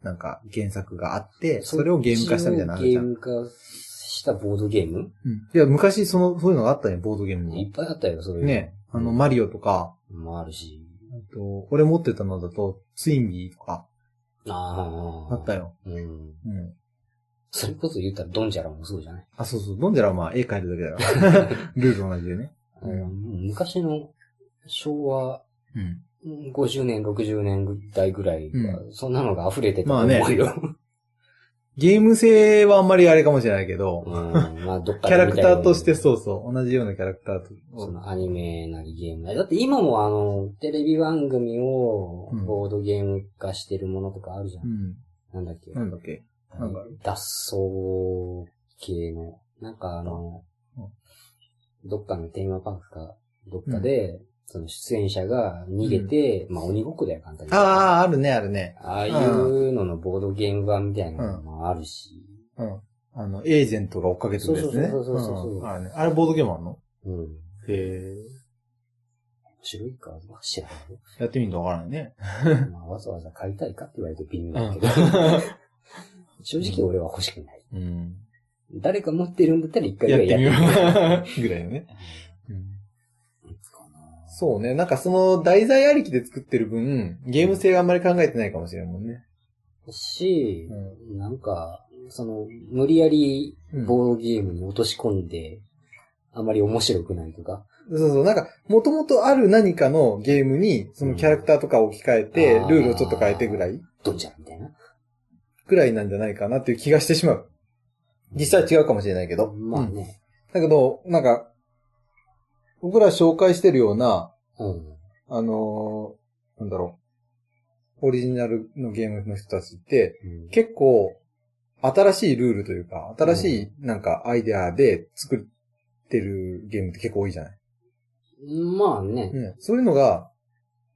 C: なんか原作があって、それをゲーム化したみたいなのあるじゃん。う
B: ゲーム化したボードゲーム
C: ん。いや、昔その、そういうのがあったね、ボードゲーム
B: いっ
C: に。
B: ぱいあったよ、そういう。
C: ね。あの、マリオとか、
B: もあるし。
C: あと、俺持ってたのだと、ツインビーとか、
B: ああ。
C: あったよ。
B: うん。
C: うん。
B: それこそ言ったらドンジャラもそうじゃない、
C: あ、そうそう、ドンジャラはまあ、絵描いるだけだ から。ルール同じでね。うん
B: うん昔の昭和
C: うん。
B: 50年、60年代ぐらいが、そんなのが溢れてたと
C: まあ
B: 思
C: ね
B: うよ。
C: ゲーム性はあんまりあれかもしれないけど、
B: うん。まあ、どっか。
C: キャラクターとしてそううそう、同じようなキャラクターと。
B: そのアニメなりゲームなり。だって今もあの、テレビ番組を
C: うん
B: ボードゲーム化してるものとかあるじゃん。
C: うん。
B: なんだっけ。
C: なんだっけなんかある
B: 脱走系の、なんかあの
C: うん、
B: どっかのテーマパークか、どっかで、その出演者が逃げて、まあ鬼ごっこだよ、簡単に。
C: ああ、あるね、あるね。
B: ああいうののボードゲーム版みたいなのもあるし、
C: うん。あの、エージェントが追っかけてるやつね。
B: そうそうそうそうそうそうん
C: あれねあれボードゲームあんの
B: うん。面
C: へえ。
B: 白いか、知ら
C: やってみるとわからないね。
B: ない。まあ、わざわざ買いたいかって言われると微妙だけど、 正直俺は欲しくない。
C: うん。
B: 誰か持ってるんだったら一回ぐ
C: やっ
B: らい
C: て
B: やっ
C: み
B: て
C: よう
B: みる。。
C: ぐらいのね。
B: う。
C: そうね。なんかその題材ありきで作ってる分、ゲーム性があんまり考えてないかもしれんもんね。
B: し、なんか、その、無理やり
C: うん
B: ボードゲームに落とし込んで、あまり面白くないとか。
C: そうそう。なんか、もともとある何かのゲームに、そのキャラクターとかを置き換えて、
B: うん
C: ルールをちょっと変えてぐらい
B: ドンジャラみたいな。
C: ぐらいなんじゃないかなっていう気がしてしまう。実際は違うかもしれないけど。
B: まあ
C: うん
B: ね。
C: だけど、なんか、僕ら紹介してるような、
B: うん。
C: あのーなんだろう、オリジナルのゲームの人たちって、
B: うん
C: 結構、新しいルールというか、新しいなんかアイデアで作ってるゲームって結構多いじゃない。
B: まあね。
C: うん。そういうのが、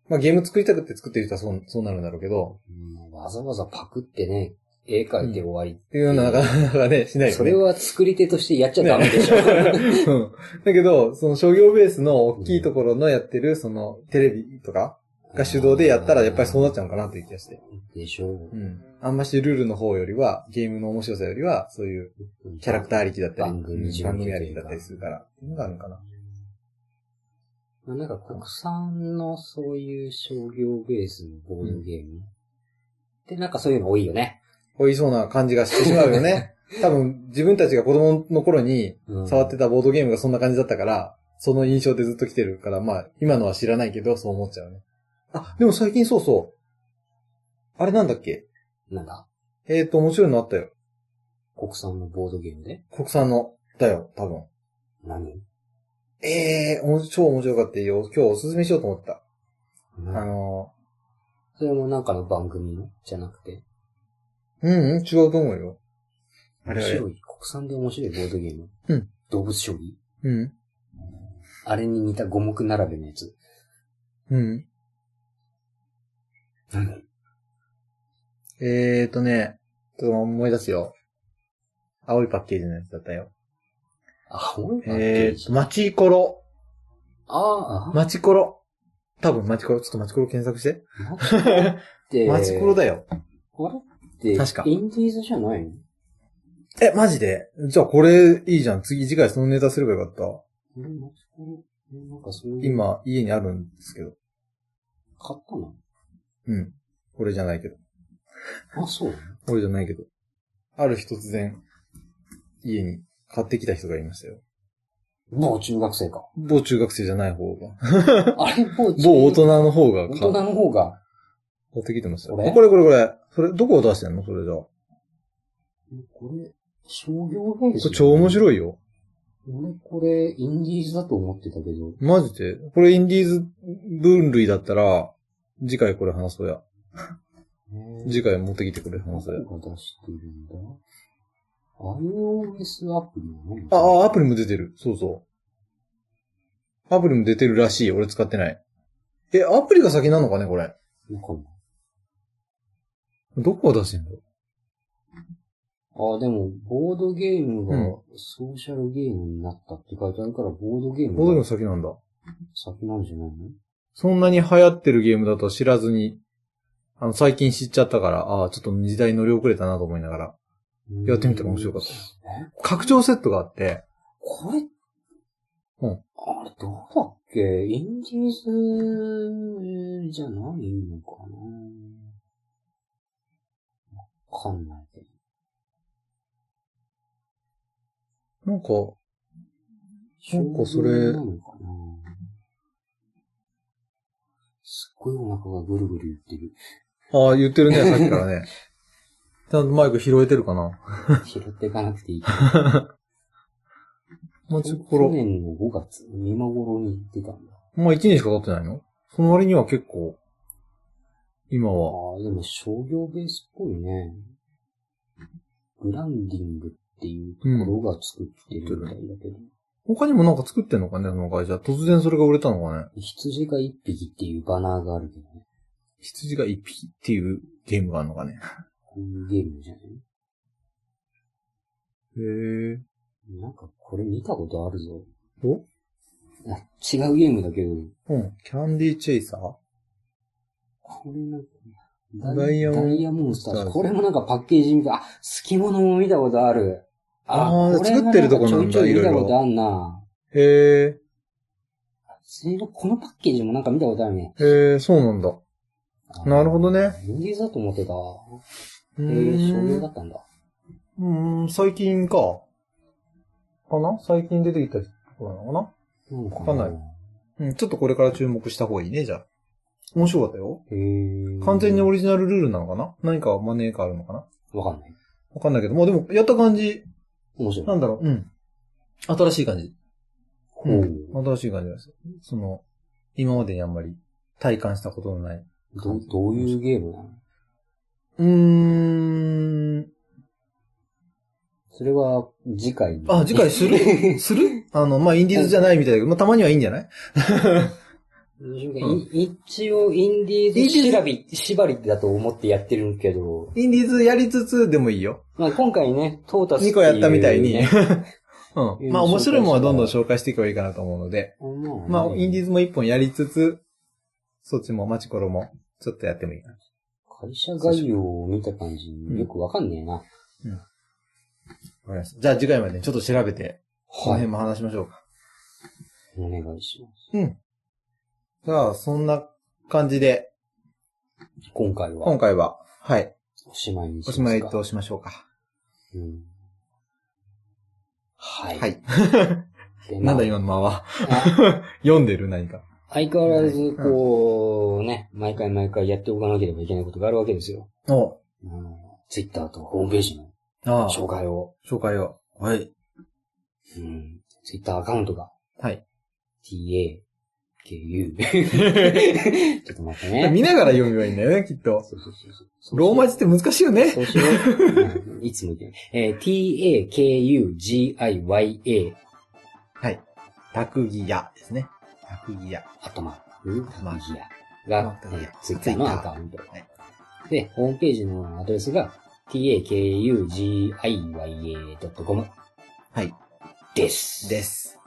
C: まあゲーム作りたくて作ってる人はそうそうなるんだろうけど、
B: うんわざわざパクってね、絵描いて終わり。
C: っていうのはなかなかね、しないよね。
B: それは作り手としてやっちゃダメで しょ。
C: うんだけど、その商業ベースの大きいところのやってる、そのテレビとかが主導でやったらやっぱりそうなっちゃうのかなっていう気がして。
B: でしょう
C: う。ん。あんましルールの方よりは、ゲームの面白さよりは、そういうキャラクターありきだったり、
B: 番組
C: うん
B: 上
C: 番組ありきだったりするから、っていうのがあるのかな。
B: まあなんか国産のそういう商業ベースのボードゲーム。で、なんかそういうの多いよね。
C: 多いそうな感じがしてしまうよ ね。多分、自分たちが子供の頃に
B: うん
C: 触ってたボードゲームがそんな感じだったから、その印象でずっと来てるから、まあ、今のは知らないけど、そう思っちゃうね。あ、でも最近そうそう。あれなんだっけ
B: なんか
C: えーと、面白いのあったよ。
B: 国産のボードゲームで
C: 国産の、だよ、多分。
B: 何
C: ええー、おも超面白かったよ。今日おすすめしようと思った。あ
B: 何
C: の
B: それもなんかの番組のじゃなくて。
C: ー、うん、うん、違うと思うよ。あ
B: 面
C: れあれ
B: 白い。国産で面白いボードゲーム。
C: うん。
B: 動物将棋
C: うん、
B: あれに似た五目並べのやつ。
C: うん。
B: 何
C: えーとね、ちょっと思い出すよ。青いパッケージのやつだったよ。
B: あ、青いパッケ
C: え
B: ー
C: ー
B: ジ。
C: と、マチコロ。
B: ああ、
C: マチコロ。多分マチコロ、ちょっとマチコロ検索して。
B: で、
C: マチコロだよ。
B: あれって、
C: 確か
B: インディーズじゃないの
C: え、マジでじゃあこれいいじゃん。次、次回そのネタすればよかった。
B: これマチコロなんかそういう。、
C: 今、家にあるんですけど。
B: 買ったの
C: うん。これじゃないけど。
B: あ、そう。
C: 俺じゃないけど。ある日突然、家に買ってきた人がいましたよ。
B: もう中学生 か。
C: 某中学生じゃない方が。
B: あれ、もう中
C: 某大人の方が
B: 大
C: 買
B: 人の方が。
C: 買ってきてましたよ。
B: これ
C: あこれこれこれ。それ、どこを出してんのそれじゃあ。こ
B: これ、商業ベース。
C: れ超面
B: い。
C: 白いよ。
B: 俺、これ、インディーズだと思ってたけど。
C: マジで。これインディーズ分類だったら、次回これ話そうや。次回持ってきてくれ
B: ど
C: 話そうや。
B: こが出してるんだ ?iOS アプリなの
C: あ、あ、アプリも出てる。そうそう。アプリも出てるらしい。俺使ってない。え、アプリが先なのかねこれ。
B: わかんない
C: どこを出してんの
B: あ、でも、ボードゲーム
C: うん
B: がソーシャルゲームになったって書いてあるから、ボードゲー
C: ボード
B: ム
C: ゲームの
B: が
C: 先なんだ。
B: 先なんじゃないの
C: そんなに流行ってるゲームだと知らずに、あの、最近知っちゃったから、ああ、ちょっと時代に乗り遅れたなと思いながら、やってみたら面白かった。
B: え
C: 拡張セットがあって、
B: これ、
C: うん
B: あれ、どうだっけインディーズじゃないのかなわかんないけど。
C: なんか、なんかそれ
B: 商業なのかなすっごいお腹がぐるぐるいってる。
C: ああ、言ってるね、さっきからね。ちゃんとマイク拾えてるかな
B: 拾っていかなくていい。
C: もうちょ、こ
B: 去
C: ろ、
B: 年の5月、見まごろに出たんだ。
C: まあ1年しか経ってないのその割には結構、今
B: あ
C: は、
B: あ、でも商業ベースっぽいね。グランディングっていうところが作ってるみたいだけど。
C: 他にもなんか作ってんのかね、その会社。突然それが売れたのかね。
B: 羊が一匹っていうバナーがあるけどね。
C: 羊が一匹っていうゲームがあるのかね。
B: こういうゲームじゃない
C: へえ。
B: なんかこれ見たことあるぞ。
C: お
B: あ違うゲームだけど、
C: うん。キャンディーチェイサー
B: これなんか、
C: ダイヤモ
B: ダ
C: ン
B: イヤモンスタ
C: スター
B: ー
C: ズ
B: ズ。これもなんかパッケージ見た、あ、隙間のも見たことある。
C: あー
B: これも
C: 作ってるとこな
B: ち
C: んだ
B: ょいちょい見た
C: いろいろ
B: ことあんな。
C: へ
B: そういえばこのパッケージもなんか見たことあるね。
C: え。へえ、そうなんだ。
B: あー
C: なるほどね。
B: インディーズだと思ってた。
C: う
B: えー、商業
C: ー
B: だ
C: ん。
B: ったんだ。
C: うーん、最近か。かな最近出てきた人なのかな
B: なんか
C: わかんないうん、ちょっとこれから注目した方がいいね、じゃあ。面白かったよ。
B: えー、
C: 完全にオリジナルルールなのかな何かマネーかあるのかな
B: わかんない。
C: わかんないけど、まあでも、やった感じ、
B: 面白い。
C: なんだろう、うん。新しい感じ。
B: ほ
C: う。
B: うん
C: 新しい感じです。その、今までにあんまり体感したことのない。
B: どう、どういうゲームなの
C: うーん。
B: それは、次回。
C: あ、次回 するするあの、まあ、インディーズじゃないみたいだけど、まあ、たまにはいいんじゃないうん
B: い一応、インディ
C: イン
B: ー
C: ディー
B: ズ
C: ズ
B: 調び、縛りだと思ってやってるけど、
C: インディーズやりつつでもいいよ。
B: まあ今回ね、トータス
C: 2個やったみたいに。
B: っていうね
C: うん。まあ、面白いものはどんどん紹介していけばいいかなと思うので。まあ、インディー
B: ズ。
C: ズも一本やりつつ、そっちもマチコロも、ちょっとやってもいいかな。
B: 会社概要を見た感じ、よくわかんねえな。
C: わかりました。じゃあ次回までにちょっと調べて、この
B: はい
C: 辺も話しましょうか。
B: お願いします。
C: じゃあ、そんな感じで、
B: 今回は
C: 今、回は、はい、
B: おしまいにし
C: お
B: ます
C: し
B: か。
C: まいとしましょうか。
B: うん。はい。
C: はい。
B: で
C: なん
B: ま
C: だ今の間は。
B: あ
C: 読んでる何か。
B: 相変わらず、こう、ね、毎回毎回やっておかなければいけないことがあるわけですよ。
C: お
B: あの、ツイッターとホームページの
C: ああ、
B: 紹介を。
C: 紹介を。はい。
B: うん。ツイッターアカウントが、
C: はい。
B: ta, ku. ちょっと待ってね。
C: 見ながら読めばいいんだよね、きっと。
B: そうそうそうそう
C: ローマ字って難しいよね。
B: そうしよう。うんいつも言ってない。えー ta, ku, g, i, y, a,
C: はい。タクギヤですね。タクギヤ。
B: あとまあ、うん、
C: まあ
B: マギア
C: まあ
B: が、
C: タ
B: え
C: クギア
B: ーツイッターのアカウント
C: はい。
B: で、ホームページのアドレスが、takugiyA.com
C: はい。
B: です。
C: です。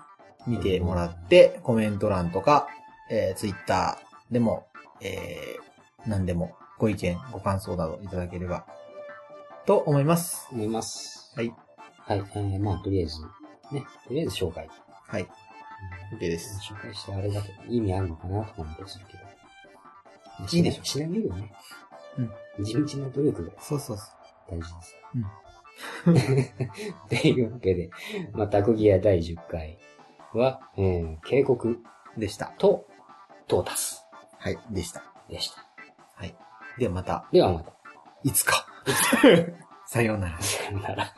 C: 見てもらって、コメント欄とか、えー、ツイッターでも、えー、何でもご意見、ご感想などいただければ、と思います。
B: 思います。
C: はい。
B: はい。えー、まあ、とりあえず、ね、とりあえず紹介。
C: はい。OK です。
B: 紹介してあれだけど、意味あるのかなとか思ったりするけど。
C: いいでしょ
B: しないよね。地道な努力が
C: そうそうそ
B: 大事です。
C: うん。
B: というわけで、まあ、タクギア第10回は、えー、警告
C: う。でした。
B: と、トータス
C: はい。でした。
B: でした。
C: ではまた、
B: ではまた、
C: いつか。さようなら。
B: さよなら。